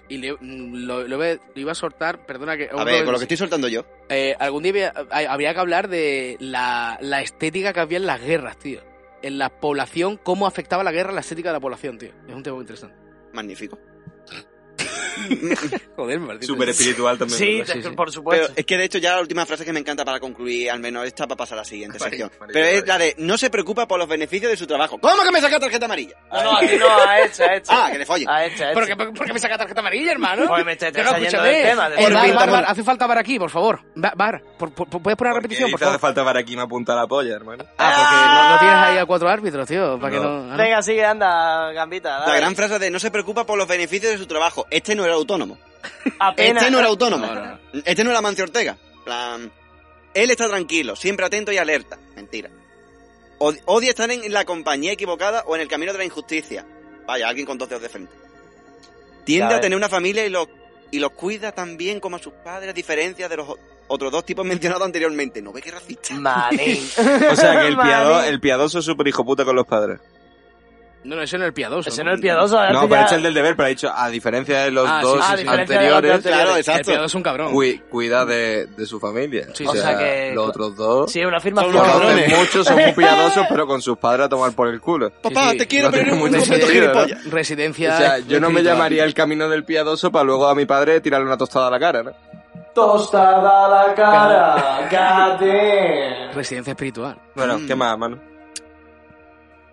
D: Y le- lo, lo ve- lo iba a soltar, perdona que.
A: A ver, con lo que estoy soltando yo.
D: Eh, algún día había- hay- habría que hablar de la, la estética que había en las guerras, tío. En la población, cómo afectaba la guerra a la estética de la población, tío. Es un tema muy interesante.
A: Magnífico.
D: Joder, me parece.
C: Súper espiritual también.
B: Sí,
C: ¿verdad?
D: Sí, sí.
B: por
A: Pero
B: supuesto.
A: es que de hecho ya la última frase que me encanta para concluir, al menos esta para pasar a la siguiente
C: Amarillo,
A: sección.
C: amarillo,
A: Pero es
C: amarillo.
A: la de no se preocupa por los beneficios de su trabajo. ¿Cómo que me saca tarjeta amarilla?
B: No, no, a ti no, a este, a este.
A: eh, Ah, que le follen.
B: A este, a
D: ¿Pero
B: este.
D: qué, por, por qué me saca tarjeta amarilla, hermano?
B: Pues me te
D: Pero
B: estás saliendo del tema. del
D: eh,
A: Por
B: tema.
D: bar,
A: pinta
D: bar,
A: mal.
D: bar, hace falta bar aquí, por favor. Ba- Bar, por- por- por- ¿puedes poner la
C: Porque
D: repetición, por
C: dice, hace
D: favor?
C: falta para aquí me apunta la polla, hermano.
D: Ah, porque no, no tienes ahí a cuatro árbitros, tío. Para que
C: No.
D: no... ah, no.
B: Venga, sigue, anda, gambita.
A: La
B: dale.
A: gran frase de no se preocupa por los beneficios de su trabajo. Este no era autónomo.
B: Apenas.
A: Este no era autónomo.
D: No, no,
A: Este no era Mancio Ortega. Plan, él está tranquilo, siempre atento y alerta. Mentira. Od- Odia estar en la compañía equivocada o en el camino de la injusticia. Vaya, alguien con dos dedos de frente. Tiende
B: Ya
A: a
B: ves.
A: tener una familia y los, y los cuida tan bien como a sus padres, a diferencia de los o- otros dos tipos mencionados anteriormente. ¿No ve que racista?
B: Manín.
C: O sea, que el,
B: Manín.
C: piado, el piadoso es súper hijo puta con los padres.
D: No, no, ese no es el piadoso.
B: Ese no es el piadoso. ahora
C: No,
B: tú
C: pero
B: ya-
C: este es el del deber, pero ha dicho, a diferencia de los
D: Ah, sí,
C: dos
D: sí, sí. Ah, a diferencia
B: de los
C: anteriores,
B: dos
A: Claro,
D: El
A: exacto.
D: piadoso es un cabrón.
C: cui- cuida de, de su familia.
D: Sí,
C: o
D: sí.
C: sea,
D: O sea
B: que-
C: los otros dos...
B: Sí, una
A: Son
B: afirmación.
A: unos
C: Los
A: cabrones.
C: hacen mucho, son muy piadosos, pero con sus padres a tomar por el culo.
A: Papá,
D: sí.
A: te quiero,
C: No
A: pero
C: tiene
A: eres un
C: mucho
A: completo
C: sentido, ¿no?
A: gilipollas.
D: Residencia.
C: O sea, yo no me
D: espiritual.
C: llamaría el camino del piadoso para luego a mi padre tirarle una tostada a la cara, ¿no?
B: Tostada la cara, gade.
D: Residencia espiritual.
C: Bueno,
A: Mm.
C: ¿qué más, mano?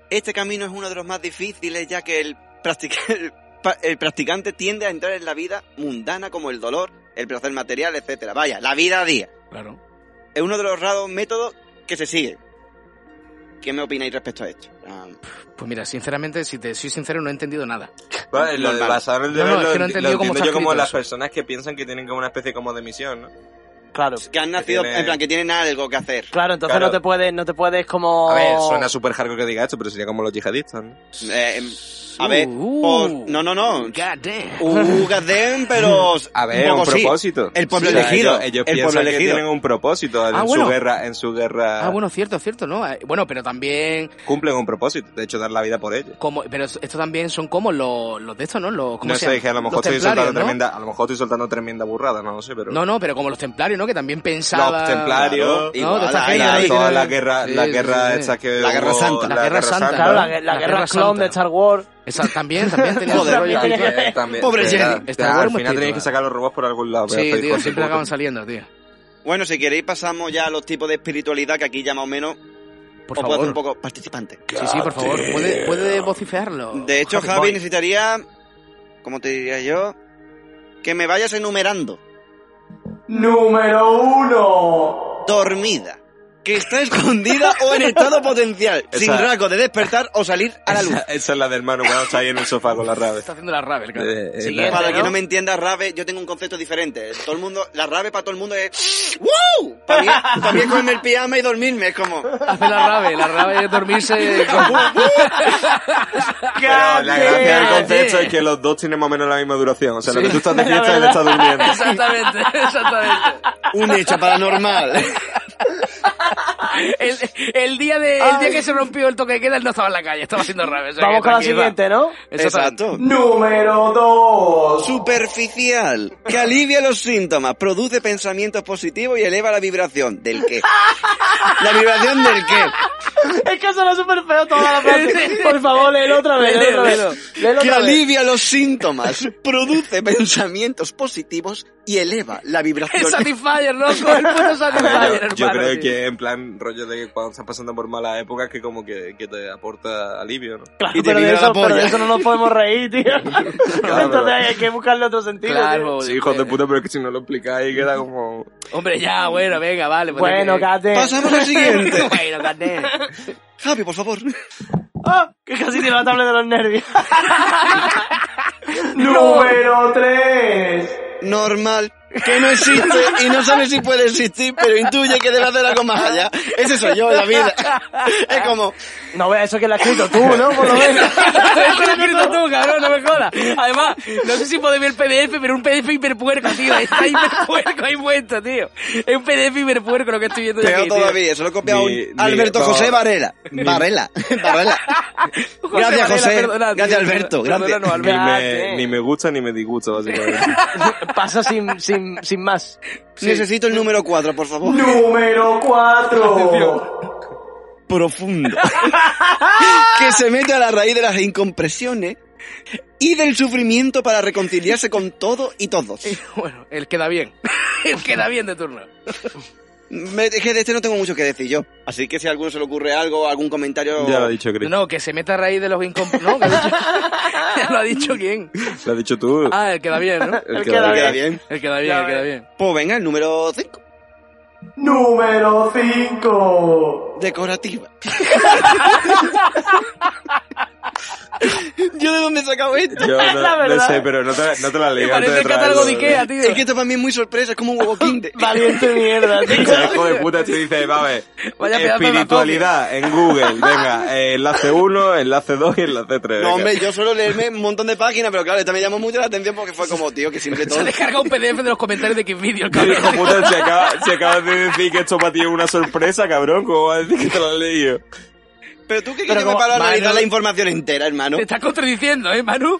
A: Este camino es uno de los más difíciles ya que el, practic- el pa- el practicante tiende a entrar en la vida mundana como el dolor, el placer material, etcétera. Vaya, la vida a día.
D: Claro.
A: Es uno de los raros métodos que se sigue. ¿Qué me opináis respecto a esto? Ah,
D: Pues mira, sinceramente, si te soy sincero, no he entendido nada.
C: Vale, lo de
A: Normal.
C: basar el
D: No, no, es
C: deber lo,
D: que no he
C: enti-
D: entendido
C: lo
D: cómo
C: entiendo
D: está
C: yo como
D: escrito
C: las
D: eso.
C: personas que piensan que tienen como una especie como de misión, ¿no?
B: claro.
A: Que han nacido,
C: tienen-
A: en plan, que tienen algo que hacer.
B: Claro, entonces
C: Claro.
B: no te puedes, no te puedes como...
C: A ver, suena súper hardcore que diga esto, pero sería como los yihadistas, ¿no?
A: Eh, em, a ver,
D: Uh,
A: por- no, no, no.
D: God damn.
A: Uh, Gadem, pero.
C: A ver,
A: poco
C: un
A: sí.
C: propósito.
A: El pueblo
C: O sea,
A: elegido.
C: Ellos, ellos
A: el
C: piensan
A: pueblo
C: que
A: elegido.
C: tienen un propósito en
D: Ah,
C: su
D: bueno.
C: guerra, en su guerra
D: Ah, bueno, cierto, cierto, ¿no? Eh, Bueno, pero también,
C: cumplen un propósito. De hecho, dar la vida por ellos.
D: como, pero esto también son como los, los de estos, ¿no? Los, ¿cómo
C: No
D: se
C: sé,
D: llaman?
C: dije, a lo mejor
D: Los
C: estoy
D: templarios,
C: soltando
D: ¿no?
C: tremenda, a lo mejor estoy soltando tremenda burrada, no lo sé, pero
D: No, no, pero como los templarios, ¿no? Que también pensaban...
C: los
D: No,
C: templarios,
A: Igual,
D: de esta
A: ahí,
D: gente,
A: ahí,
D: ahí,
C: la,
D: que
C: toda
D: era-
C: la guerra,
D: Sí,
C: la
D: sí,
C: guerra
D: sí.
C: esta que
A: La
C: hubo-
A: guerra santa.
D: La guerra santa.
B: Claro, la,
D: La
B: la guerra
D: Guerra
B: clon
D: Santa.
B: de Star Wars.
D: Esa- también, también tenía
A: Joder,
D: otro rollo ahí,
B: también
D: tío.
C: Eh, también,
D: Pobre
C: eh,
D: Jedi.
C: ya,
D: Star
C: ya,
D: Wars
C: al
D: muy
C: final tenéis
D: espiritual.
C: que sacar los robots por algún lado. pero
D: Sí,
C: estáis
D: tío,
C: con
D: siempre
C: su puta.
D: acaban saliendo, tío.
A: Bueno, si queréis, pasamos ya a los tipos de espiritualidad que aquí ya más o menos
D: Por
A: os puedo hacer un
D: favor.
A: poco participante.
D: Sí, sí, por favor. ¿Puede, puede vocifearlo?
A: De hecho, Javi,
D: boy.
A: necesitaría, como te diría yo, que me vayas enumerando.
B: Número uno.
A: Dormida. Que está escondida o en estado potencial.
C: Esa-
A: sin rasgo de despertar o salir a la luz.
C: Esa, esa es la del Manu cuando está ahí en el sofá con la rave.
D: Está haciendo la Ravel, claro.
C: Eh, eh,
B: Siguiente,
A: Para que
B: ¿no?
A: no me entienda, rave, yo tengo un concepto diferente. Todo el mundo, la rave para todo el mundo es ¡Wow! Para mí, para mí es comerme el pijama y dormirme, es como...
D: Hace la Ravel, la Ravel es dormirse con...
C: Pero la gracia del
D: Cállate.
C: concepto es que los dos tienen más o menos la misma duración. O sea, lo
D: Sí.
C: que tú estás de fiesta, él
B: verdad.
C: está durmiendo.
D: Exactamente, exactamente.
A: Un hecho paranormal.
D: El, el día de, el día que se rompió el toque de queda, él no estaba en la calle, estaba haciendo Ravel. o sea
B: Vamos
D: que
B: con la
D: tranquila.
B: siguiente, ¿no?
D: Exactamente.
A: Exacto.
B: Número dos.
A: Superficial, que alivia los síntomas, produce pensamientos positivos y eleva la vibración. ¿Del qué? La vibración del qué.
B: Es que suena súper feo toda la frase. Por favor, léelo otra vez, léelo otra vez. Léelo
A: Que
B: otra vez.
A: alivia los síntomas, produce pensamientos positivos y eleva la
D: El
A: vibración.
D: Satisfyer, loco, el puto
C: Yo,
D: Satisfyer,
C: yo
D: hermano,
C: creo
D: tío.
C: que en plan rollo de que cuando estás pasando por malas épocas que como que, que te aporta alivio, ¿no?
D: Pues
B: Claro,
A: y te
B: pero, de
A: mira la
B: eso, pero
A: polla.
B: de eso no nos podemos reír, tío.
C: pero-
B: Entonces hay que buscarle otro sentido. tío.
D: Claro,
C: Sí, hijo de puta, pero es que si no lo explicáis queda
D: Mm.
C: como...
D: Hombre, ya, bueno, venga, vale. pues
B: Bueno,
D: que-
B: Kate.
A: Pasamos al siguiente.
D: Bueno, carnet.
A: Javi, por favor.
B: Ah, que casi tiene la tabla de los nervios. Número 3.
A: Normal, que no existe y no sabe si puede existir, pero intuye que debe hacer algo más allá. Ese soy yo en la vida. Es como,
B: No veas eso que lo has escrito tú, ¿no? Por lo menos.
D: Eso lo has escrito tú, cabrón, no me jodas. Además, no sé si podéis ver el PDF, pero un PDF hiperpuerco, tío. Está hiperpuerco ahí puesto, tío. Es un PDF hiperpuerco lo que estoy viendo yo
A: peor
D: aquí, tío.
A: todavía, se lo he copiado a un
C: Ni- ni-
A: Alberto
C: no.
A: José Varela. Varela, Varela. Gracias, José. Gracias,
D: tío.
A: Alberto. Gracias.
D: Perdónanos,
C: Ni
D: Alberto.
C: me, ni me gusta ni me disgusta, básicamente.
B: Pasa sin, sin, sin más.
A: Necesito el número 4, por favor.
B: Número 4.
A: profundo que se mete a la raíz de las incompresiones y del sufrimiento para reconciliarse con todo y todos.
D: Bueno, él queda bien. Él queda bien de turno.
A: Me- es que de este no tengo mucho que decir yo. Así que si a alguno se le ocurre algo, algún comentario...
C: ya lo ha dicho Chris.
D: No, que se meta a raíz de los incom... No, que ha dicho... ya lo ha dicho quién.
C: Lo has dicho tú.
D: Ah, él queda bien, ¿no?
B: el
C: que
B: que
C: da
B: da
A: Queda
C: vida.
A: bien.
D: Él queda bien,
B: Ya
D: él queda
B: ves.
D: bien.
A: Pues venga, el número 5.
B: Número 5.
A: Decorativa. ¿Yo de dónde he sacado esto?
C: Yo
B: La
C: no, no
B: verdad.
C: sé, pero no te, no te la
D: Me
C: leí antes
D: parece
C: de
D: el catálogo de
C: traerlo.
D: Ikea, tío.
A: Es que esto para mí es muy sorpresa, es como un huevo kinder.
B: Valiente mierda,
C: O
B: tío.
C: sea, hijo de puta, te dice, va a ver,
D: Vaya pedazo de
C: espiritualidad en Google, venga, eh, enlace 1, enlace 2 y enlace 3.
A: No, hombre, yo suelo leerme un montón de páginas, pero claro, esta me llamó mucho la atención porque fue como, tío, que siempre
D: Se
A: todo...
D: descarga un PDF de los comentarios de Xvideo, el cabrón.
C: Hijo puta, si acabas, si acabas de decir que esto para ti es una sorpresa, cabrón, ¿cómo vas a decir que te lo has leído?
A: Pero tú crees que
D: Pero
A: yo me
D: como-
A: paro a analizar
D: Manu-
A: la información entera, hermano.
D: Te estás contradiciendo, ¿eh, Manu?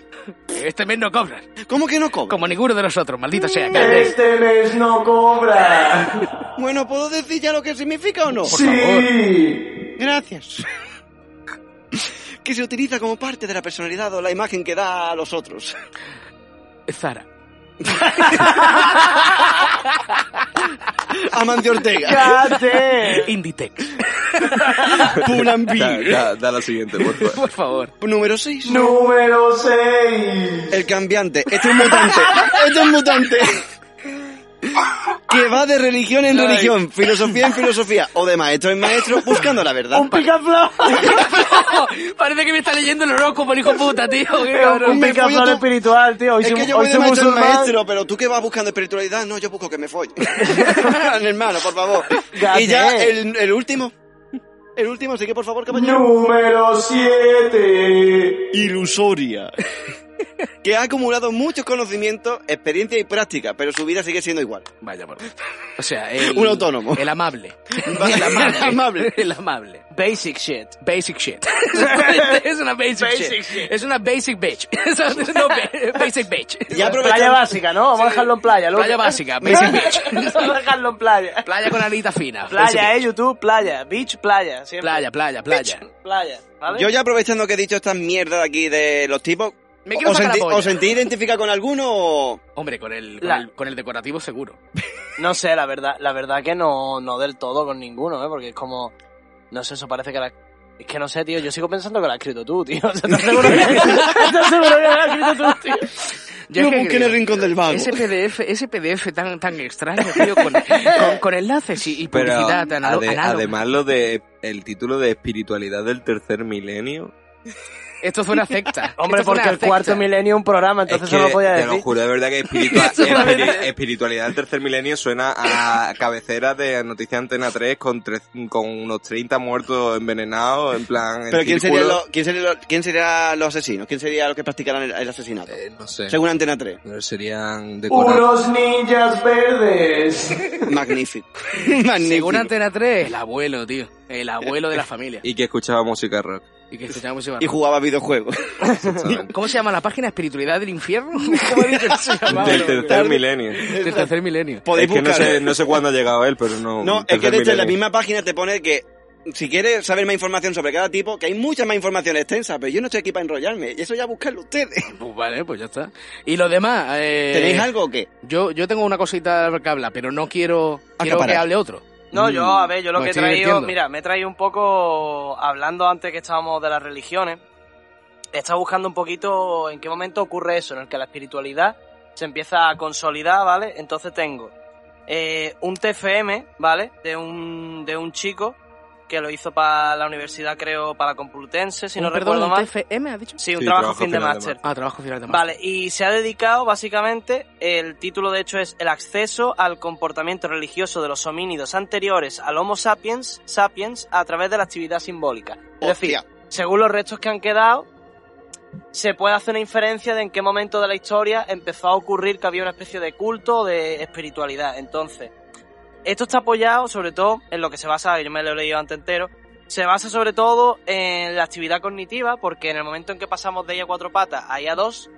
D: Este mes no cobras.
A: ¿Cómo que no cobro?
D: Como ninguno de nosotros, maldito sea. cállate.
B: Este mes no cobra.
A: Bueno, ¿puedo decir ya lo que significa o no? Gracias. que se utiliza como parte de la personalidad o la imagen que da a los otros.
D: eh, Zara.
A: Amancio Ortega.
B: Cate.
D: Inditex.
A: Punambi.
C: Da, da- da la siguiente, por favor.
D: Por favor.
A: Número 6.
B: Número 6.
A: El cambiante. Este es un mutante. Este es un mutante. Que va de religión en religión, filosofía en filosofía o de maestro en maestro buscando la verdad.
B: Un picaflor.
D: Parece que me está leyendo el horóscopo, el hijo puta, tío. qué
B: Es un
D: cabrón.
E: Me
B: picazón
E: follo tú.
B: espiritual, tío. Hoy
A: Es
B: soy,
A: que yo
B: hoy
A: voy de
B: soy
A: maestro,
B: musulmán.
A: maestro, pero tú que vas buscando espiritualidad, no, yo busco que me folle. hermano, por favor.
B: Ya
A: y ya
B: sé.
A: el, el último. El último, así que por favor, caballero.
B: Número 7.
A: Ilusoria. que ha acumulado muchos conocimientos, experiencia y práctica, pero su vida sigue siendo igual.
D: Vaya, por O sea, el,
A: Un autónomo.
D: El amable.
A: Vale,
D: El amable.
A: amable.
D: El amable.
B: Basic shit.
D: Basic shit. es una basic, shit. Es una basic bitch. Es una- no, ba- basic bitch.
A: Ya
B: Playa
A: aprovechando,
B: básica, ¿no? Vamos a dejarlo en playa. lo-
D: Playa básica, basic bitch.
B: Vamos a dejarlo en playa.
D: Playa con alita fina. basic
B: Playa, eh,
D: bitch.
B: YouTube, playa. Beach, playa. Siempre.
D: Playa, playa, playa.
B: Playa, ¿vale?
A: yo ya aprovechando que he dicho estas mierdas aquí de los tipos,
D: Me quiero
A: ¿os,
D: sacar la
A: sentí,
D: polla.
A: ¿os sentí identificado con alguno o...?
D: Hombre, con el, con,
B: La-
D: el, con el decorativo seguro.
B: No sé, la verdad, la verdad que no, no del todo con ninguno, ¿eh? Porque es como... No sé, eso parece que la... Es que no sé, tío, yo sigo pensando que la has escrito tú, tío. O sea, ¿Estás seguro que, ¿estás seguro que la has escrito tú, tío?
D: Yo es que
A: busqué en el
D: creo-
A: rincón del vago.
D: Ese PDF, ese PDF tan, tan extraño, tío, con, con, con enlaces y, y
C: Pero
D: publicidad tan analo-
C: ade-
D: análoga.
C: además lo de el título de espiritualidad del tercer milenio.
D: Esto fue una secta.
B: Hombre,
D: Esto fue una
B: porque el
D: secta.
B: cuarto milenio es un programa, entonces
C: es que,
B: no lo podía
C: te lo
B: decir.
C: juro de verdad que espiritua-
D: Eso va a
C: espiri-
D: venir.
C: espiritualidad del tercer milenio suena a cabecera de Noticias Antena 3 con, tre- con unos 30 muertos envenenados, en plan... en
A: ¿Pero quién sería,
C: círculo.
A: lo- quién, sería lo- quién sería los asesinos? ¿Quién sería los que practicarán el, el asesinato?
C: Eh, no sé.
A: Según Antena 3.
C: Pero serían decorados.
B: ninjas verdes.
A: Magnífico. Magnífico.
D: Según Antena 3, el abuelo, tío. El abuelo de la familia.
C: Y que escuchaba música rock.
D: Y que escuchaba música
A: Y
D: barroca.
A: jugaba videojuegos.
C: exactamente.
D: ¿Cómo se llama la página? ¿Espiritualidad del infierno? ¿Cómo he dicho que se llamaba?
C: del tercer milenio.
D: Del tercer milenio.
A: Podéis
C: es que no
A: buscar,
C: sé,
A: ¿eh?
C: no sé cuándo ha llegado él, pero no...
A: No, es que
C: tercer
A: de hecho en la
C: milenio.
A: misma página te pone que si quieres saber más información sobre cada tipo, que hay mucha más información extensa, pero yo no estoy aquí para enrollarme. Eso ya buscarlo ustedes.
D: Pues vale, pues ya está. Y lo demás, eh,
A: ¿Tenéis algo o qué?
D: Yo, yo tengo una cosita que hablar, pero no quiero, quiero
A: Acaparar.
D: que hable otro.
B: No, yo, a ver, yo lo que
D: Me
B: he
D: Mm. Pues estoy
B: traído,
D: divirtiendo.
B: mira, me he traído un poco, hablando antes que estábamos de las religiones, he estado buscando un poquito en qué momento ocurre eso, en el que la espiritualidad se empieza a consolidar, ¿vale? Entonces tengo eh, un TFM, ¿vale? De un, de un chico que lo hizo para la universidad, creo, para la Complutense, si
D: Un
B: no
D: Eh, perdón,
B: recuerdo
D: un
B: mal.
D: TFM, has dicho?
B: Sí, un
C: Sí,
B: trabajo,
C: trabajo
B: fin de
C: final de
B: máster.
D: Ah, trabajo final de máster.
B: Vale, y se ha dedicado básicamente, el título de hecho es El acceso al comportamiento religioso de los homínidos anteriores al Homo sapiens, sapiens a través de la actividad simbólica. Es decir,
A: Hostia.
B: según los restos que han quedado, se puede hacer una inferencia de en qué momento de la historia empezó a ocurrir que había una especie de culto o de espiritualidad. Entonces, esto está apoyado sobre todo en lo que se basa, yo me lo he leído antes entero, se basa sobre todo en la actividad cognitiva, porque en el momento en que pasamos de ella a cuatro patas a ella a dos,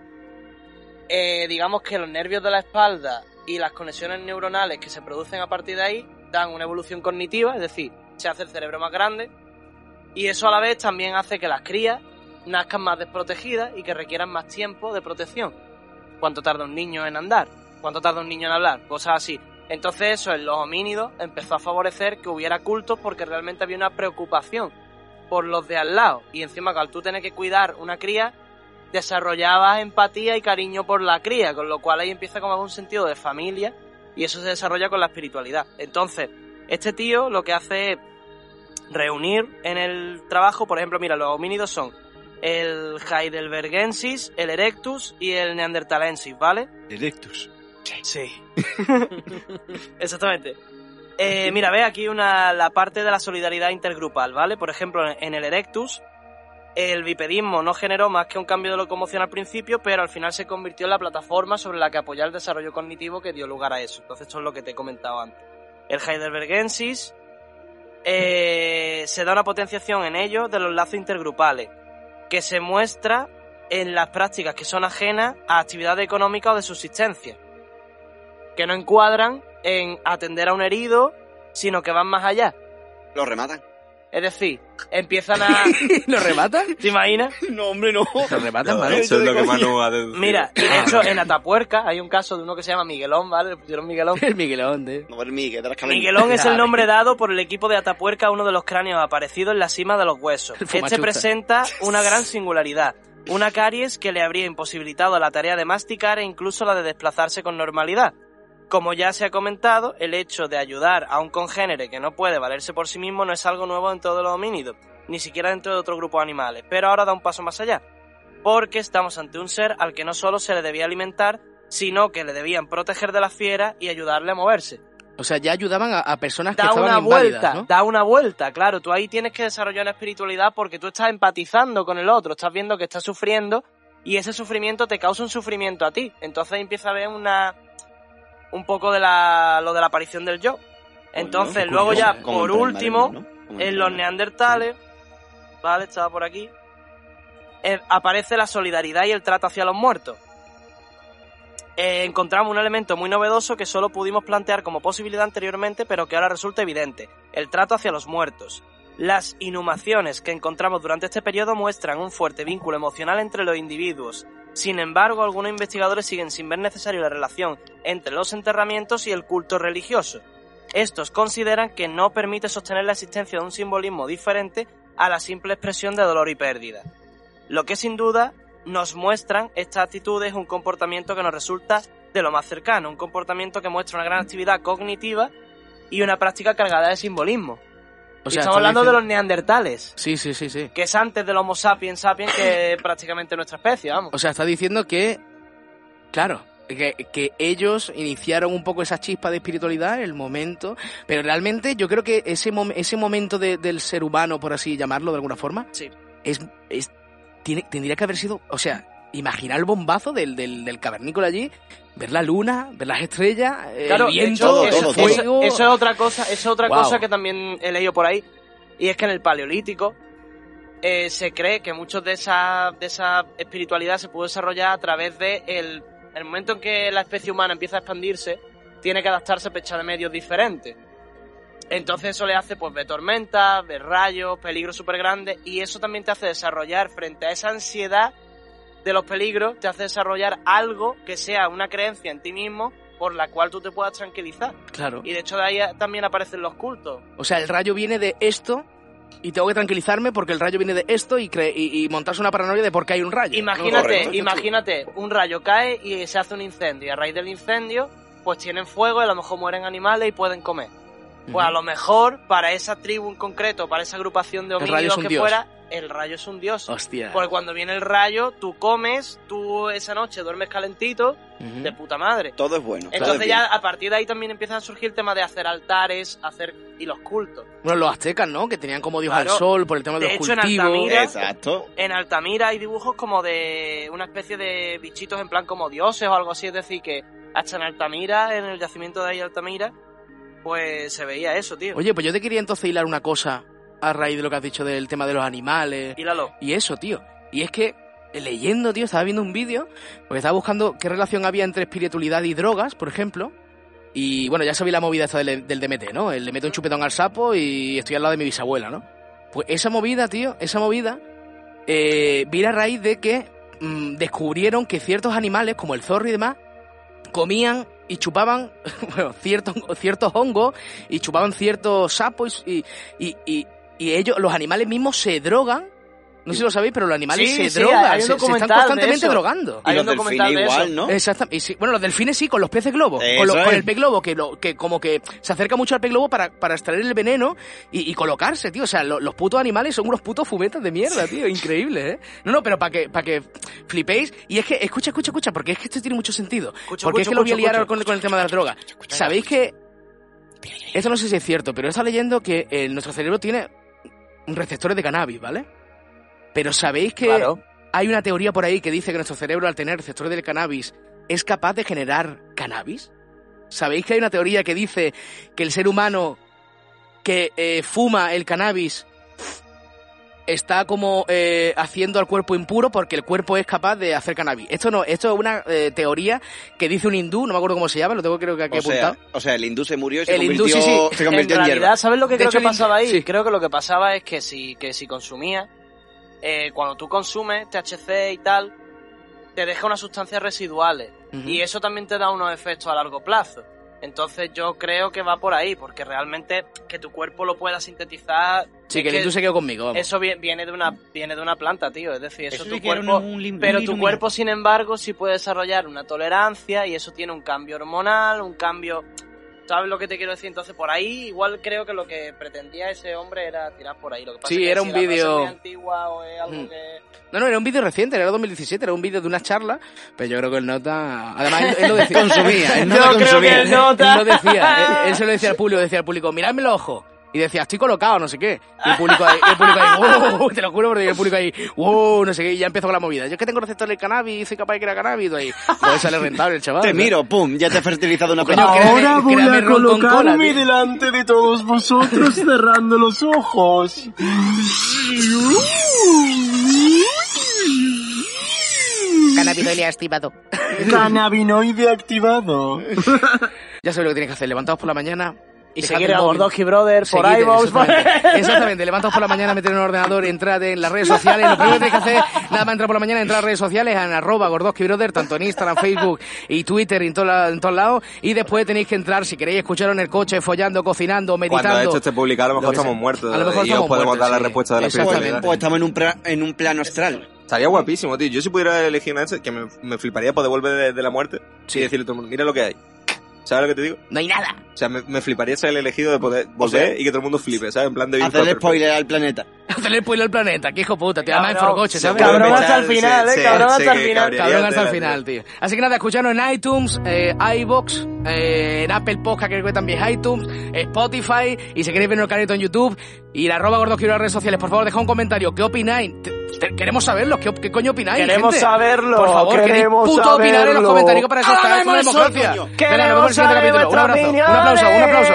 B: eh, digamos que los nervios de la espalda y las conexiones neuronales que se producen a partir de ahí dan una evolución cognitiva, es decir, se hace el cerebro más grande y eso a la vez también hace que las crías nazcan más desprotegidas y que requieran más tiempo de protección. ¿Cuánto tarda un niño en andar? ¿Cuánto tarda un niño en hablar? Cosas así. Entonces eso en los homínidos empezó a favorecer que hubiera cultos porque realmente había una preocupación por los de al lado y encima que al tú tener que cuidar una cría desarrollabas empatía y cariño por la cría, con lo cual ahí empieza como un sentido de familia y eso se desarrolla con la espiritualidad. Entonces, este tío lo que hace es reunir en el trabajo, por ejemplo, mira, los homínidos son el Heidelbergensis, el Erectus y el Neandertalensis, ¿vale?
A: Erectus.
B: Sí. Exactamente. Eh, mira, ve aquí una, la parte de la solidaridad intergrupal, ¿vale? Por ejemplo, en el Erectus, el bipedismo no generó más que un cambio de locomoción al principio, pero al final se convirtió en la plataforma sobre la que apoyar el desarrollo cognitivo que dio lugar a eso. Entonces, esto es lo que te he comentado antes. El Heidelbergensis eh, se da una potenciación en ellos de los lazos intergrupales, que se muestra en las prácticas que son ajenas a actividad económica o de subsistencia que no encuadran en atender a un herido, sino que van más allá.
A: Lo rematan.
B: Es decir, empiezan a...
D: ¿Lo rematan?
B: ¿Te imaginas?
A: No, hombre, no.
D: ¿Lo rematan,
C: No,
D: mano?
C: eso es lo que
A: Coño.
C: Manu ha deducido.
B: Mira, y de hecho en Atapuerca hay un caso de uno que se llama Miguelón, ¿vale? Le pusieron Miguelón.
D: El Miguelón, tío.
A: No, el Miguel, de las cavernas.
B: Miguelón es el
D: Grave.
B: nombre dado por el equipo de Atapuerca a uno de los cráneos aparecidos en la cima de los huesos.
D: El
B: Este
D: fumachusta.
B: presenta una gran singularidad. Una caries que le habría imposibilitado la tarea de masticar e incluso la de desplazarse con normalidad. Como ya se ha comentado, el hecho de ayudar a un congénere que no puede valerse por sí mismo no es algo nuevo en todos los homínidos, ni siquiera dentro de otro grupo de animales. Pero ahora da un paso más allá, porque estamos ante un ser al que no solo se le debía alimentar, sino que le debían proteger de las fieras y ayudarle a moverse.
D: O sea, ya ayudaban a, a personas que
B: Da
D: estaban
B: una
D: inválidas,
B: vuelta,
D: ¿no?
B: da una vuelta, claro. Tú ahí tienes que desarrollar una espiritualidad porque tú estás empatizando con el otro, estás viendo que está sufriendo y ese sufrimiento te causa un sufrimiento a ti. Entonces ahí empieza a ver una un poco de la, lo de la aparición del yo. Entonces,
A: Coño,
B: luego
A: como-
B: ya,
A: como
B: por
A: en
B: último,
A: Tremere, ¿no? Como
B: en los
A: Tremere.
B: neandertales, ¿vale? Estaba por aquí. eh, aparece la solidaridad y el trato hacia los muertos. Eh, encontramos un elemento muy novedoso que solo pudimos plantear como posibilidad anteriormente, pero que ahora resulta evidente, el trato hacia los muertos. Las inhumaciones que encontramos durante este periodo muestran un fuerte vínculo emocional entre los individuos. Sin embargo, algunos investigadores siguen sin ver necesario la relación entre los enterramientos y el culto religioso. Estos consideran que no permite sostener la existencia de un simbolismo diferente a la simple expresión de dolor y pérdida. Lo que sin duda nos muestran estas actitudes un comportamiento que nos resulta de lo más cercano, un comportamiento que muestra una gran actividad cognitiva y una práctica cargada de simbolismo.
D: O
B: Y estamos
D: sea, estaba
B: hablando de
D: diciendo-
B: los neandertales,
D: Sí, sí, sí, sí.
B: que es antes del Homo sapiens sapiens que es prácticamente nuestra especie, vamos.
D: O sea, está diciendo que, claro, que, que ellos iniciaron un poco esa chispa de espiritualidad, el momento, pero realmente yo creo que ese, mom- ese momento de- del ser humano, por así llamarlo de alguna forma,
B: Sí.
D: es, es- tiene- tendría que haber sido, o sea, imaginar el bombazo del, del, del cavernícola allí, ver la luna, ver las estrellas, el
B: de hecho,
D: viento, el
B: eso,
A: todo,
B: eso-
D: fuego.
B: eso es otra cosa, eso es otra
D: Guau.
B: cosa que también he leído por ahí. Y es que en el Paleolítico eh, se cree que muchos de esa, de esa espiritualidad se pudo desarrollar a través de el, el momento en que la especie humana empieza a expandirse, tiene que adaptarse a pechar de medios diferentes. Entonces eso le hace pues ver tormentas, ver rayos, peligros súper grandes y eso también te hace desarrollar frente a esa ansiedad de los peligros, te hace desarrollar algo que sea una creencia en ti mismo por la cual tú te puedas tranquilizar.
D: Claro.
B: Y de hecho de ahí también aparecen los cultos.
D: O sea, el rayo viene de esto y tengo que tranquilizarme porque el rayo viene de esto y, cre- y, y montarse una paranoia de por qué hay un rayo.
B: Imagínate,
A: correcto.
B: imagínate, un rayo cae y se hace un incendio y a raíz del incendio pues tienen fuego y a lo mejor mueren animales y pueden comer. Pues a lo mejor para esa tribu en concreto, para esa agrupación de
D: El rayo
B: homínidos
D: es un
B: que
D: dios.
B: fuera, el rayo es un dios.
D: Hostia.
B: Porque cuando viene el rayo, tú comes, tú esa noche duermes calentito,
D: Ujú.
B: de puta madre.
A: Todo es bueno. todo es
B: Entonces
A: bien.
B: ya a partir de ahí también empiezan a surgir el tema de hacer altares, hacer y los cultos.
D: Bueno, los aztecas, ¿no? Que tenían como dios
B: Claro.
D: al sol por el tema de,
B: De
D: los
B: hecho, en
D: cultivos.
B: Altamira-
A: Exacto.
B: En Altamira hay dibujos como de una especie de bichitos en plan como dioses o algo así, es decir, que hasta en Altamira, en el yacimiento de ahí Altamira, pues se veía eso, tío.
D: Oye, pues yo te quería entonces hilar una cosa a raíz de lo que has dicho del tema de los animales
B: Hílalo.
D: y eso, tío. Y es que leyendo, tío, estaba viendo un vídeo porque estaba buscando qué relación había entre espiritualidad y drogas, por ejemplo. Y bueno, ya sabía la movida esta del, del DMT, ¿no? El le meto un chupetón al sapo y estoy al lado de mi bisabuela, ¿no? Pues esa movida, tío, esa movida, eh, viene a raíz de que mm, descubrieron que ciertos animales, como el zorro y demás, comían y chupaban bueno, ciertos, ciertos hongos y chupaban ciertos sapos y, y, y, y ellos, los animales mismos se drogan. No sé si lo sabéis, pero los animales
B: Sí,
D: se
B: sí,
D: drogan,
B: hay un
D: se- se, están
B: documental de
D: constantemente
B: eso.
D: drogando.
A: Y
B: Hay
A: los
B: un documental
A: delfines
B: de eso.
A: igual, ¿no?
D: Exactamente. Y sí, bueno, los delfines sí, con los peces globo.
A: Eso
D: Con, lo-
A: es.
D: con el pez globo, que, lo, que como que se acerca mucho al pez globo para, para extraer el veneno y, y colocarse, tío. O sea, lo- los putos animales son unos putos fumetas de mierda, tío. Increíble, ¿eh? No, no, pero para que, para que flipéis. Y es que, escucha, escucha, escucha, porque es que esto tiene mucho sentido.
B: Escucha,
D: porque es
B: escucha,
D: que lo voy a
B: escucha,
D: liar ahora
B: escucha.
D: con, con el tema de las drogas. Sabéis que. Esto no sé si es cierto, pero está leyendo que eh, nuestro cerebro tiene receptores de cannabis, ¿vale? Pero sabéis que
B: Claro.
D: hay una teoría por ahí que dice que nuestro cerebro, al tener receptores del cannabis, es capaz de generar cannabis. ¿Sabéis que hay una teoría que dice que el ser humano que eh, fuma el cannabis está como eh, haciendo al cuerpo impuro porque el cuerpo es capaz de hacer cannabis? Esto no, esto es una eh, teoría que dice un hindú, no me acuerdo cómo se llama, lo tengo creo que aquí
A: O sea,
D: apuntado.
A: o sea, el hindú se murió y se
D: El hindú,
A: convirtió,
D: sí, sí.
A: Se convirtió en,
B: en realidad,
A: hierba.
B: ¿sabes lo que
D: De
B: creo
D: hecho,
B: que pasaba ahí?
D: sí.
B: Creo que lo que pasaba es que si, que si consumías, eh, cuando tú consumes THC y tal, te deja unas sustancias residuales.
D: Ujú.
B: Y eso también te da unos efectos a largo plazo. Entonces yo creo que va por ahí, porque realmente que tu cuerpo lo pueda sintetizar...
D: Sí,
B: es
D: que el hindú se quedó conmigo, vamos.
B: Eso vie- viene de una viene de una planta, tío. Es decir,
E: Eso
B: eso,
E: sí
B: tu
E: que era
B: cuerpo.
E: un- un lim-
B: pero
E: un
B: tu
E: iluminado.
B: cuerpo, sin embargo, sí puede desarrollar una tolerancia y eso tiene un cambio hormonal, un cambio ¿Sabes lo que te quiero decir? Entonces, por ahí, igual creo que lo que pretendía ese hombre era tirar por ahí. Lo que pasa
D: Sí,
B: es que
D: era
B: si
D: un
B: la frase es
D: vídeo-
B: muy antigua o es algo
D: Mm.
B: que.
D: No, no, era un vídeo reciente, era 2017, era un vídeo de una charla, pero yo creo que el Nota... Además, él, él lo decía...
E: Consumía, él no
B: Yo creo
E: consumía.
B: que él no- Nota.
D: Él lo decía, él, él se lo decía al público, decía al público, miradme los ojos. Y decía, estoy colocado, no sé qué. Y el público ahí, el público ahí, wow, te lo juro, porque el público ahí, wow, no sé qué, y ya empezó con la movida. Yo es que tengo receptor del cannabis, soy capaz de crear cannabis, y todo ahí. Pues sale rentable el chaval.
A: Te
D: ¿no?
A: miro, pum, ya te he fertilizado una
D: Coño,
A: planta.
D: que- Ahora voy a colocarme
H: delante de todos vosotros cerrando los ojos.
D: Cannabinoide activado.
H: Cannabinoide activado.
D: Ya sabes lo que tienes que hacer, levantados por la mañana...
B: Y
D: dejad
B: seguir
D: el
B: a
D: móvil.
B: Gordoki Brothers por
D: Seguid,
B: iVoox, por-
D: exactamente. Exactamente, levantaos por la mañana, meter en el ordenador, entrad en las redes sociales. Lo primero que tenéis que hacer, nada más entrar por la mañana, entrar a las redes sociales, en arroba Gordoski Brother, tanto en Instagram, Facebook y Twitter y en, todo la- en todos lados. Y después tenéis que entrar, si queréis escucharlo en el coche, follando, cocinando, meditando.
C: Cuando este- esto esté publicado, a
D: Lo
C: lo mejor
D: que
C: estamos
D: sea.
C: muertos.
D: A lo mejor
C: y
D: estamos
C: os podemos
D: muertos,
C: dar la
D: sí.
C: respuesta de la
D: Exactamente.
C: espiritualidad.
A: O Pues, estamos en un, pra- en un plano astral.
C: Estaría guapísimo, tío. Yo si pudiera elegir una de esas, que me, me fliparía poder volver de, de la muerte y decirle a todo el mundo, mira lo que hay. ¿Sabes lo que te digo?
D: No hay nada.
C: O sea, me, me fliparía ser el elegido de poder volver
A: sea,
C: y que todo el mundo flipe, ¿sabes? En plan de Bill
A: Hacer
C: Cosby.
A: spoiler al planeta.
D: Hacerle spoiler al planeta, que hijo puta, te llamas en
B: Cabrón,
C: pues.
D: forcoche, ¿sabes?
B: cabrón
C: Puedo
B: hasta el
C: empezar,
B: final, eh,
C: sí, sí,
B: cabrón
C: sí,
B: hasta el
C: que
B: final.
C: cabrearía
D: Cabrón hasta el
C: tela,
D: final,
C: tío.
D: tío. Así que nada, escucharos en iTunes, eh, iBox, eh, en Apple Podcast, creo que también es iTunes, Spotify, y si queréis ver el canalito en YouTube, y la arroba gordos quiero las redes sociales, por favor, dejad un comentario, ¿qué opináis? Te- te- queremos saberlo, ¿qué, op- qué coño opináis?
B: Queremos
D: gente?
B: saberlo,
D: Por favor, queréis
B: queremos
D: puto opinar en los
B: saberlo.
D: comentarios, que para eso está, es una democracia. Venga, nos vemos en el siguiente capítulo. Un abrazo, un aplauso, un aplauso.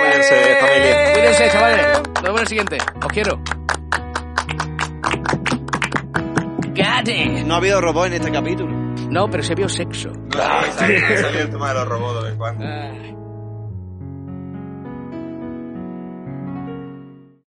C: Cuídense, familia.
D: Cuídense, chavales. Nos vemos en el siguiente. Os quiero.
A: No ha habido robots en este capítulo.
D: No, pero se vio sexo.
C: No, sí, salía el tema de los robots de vez en cuando.
D: Ay.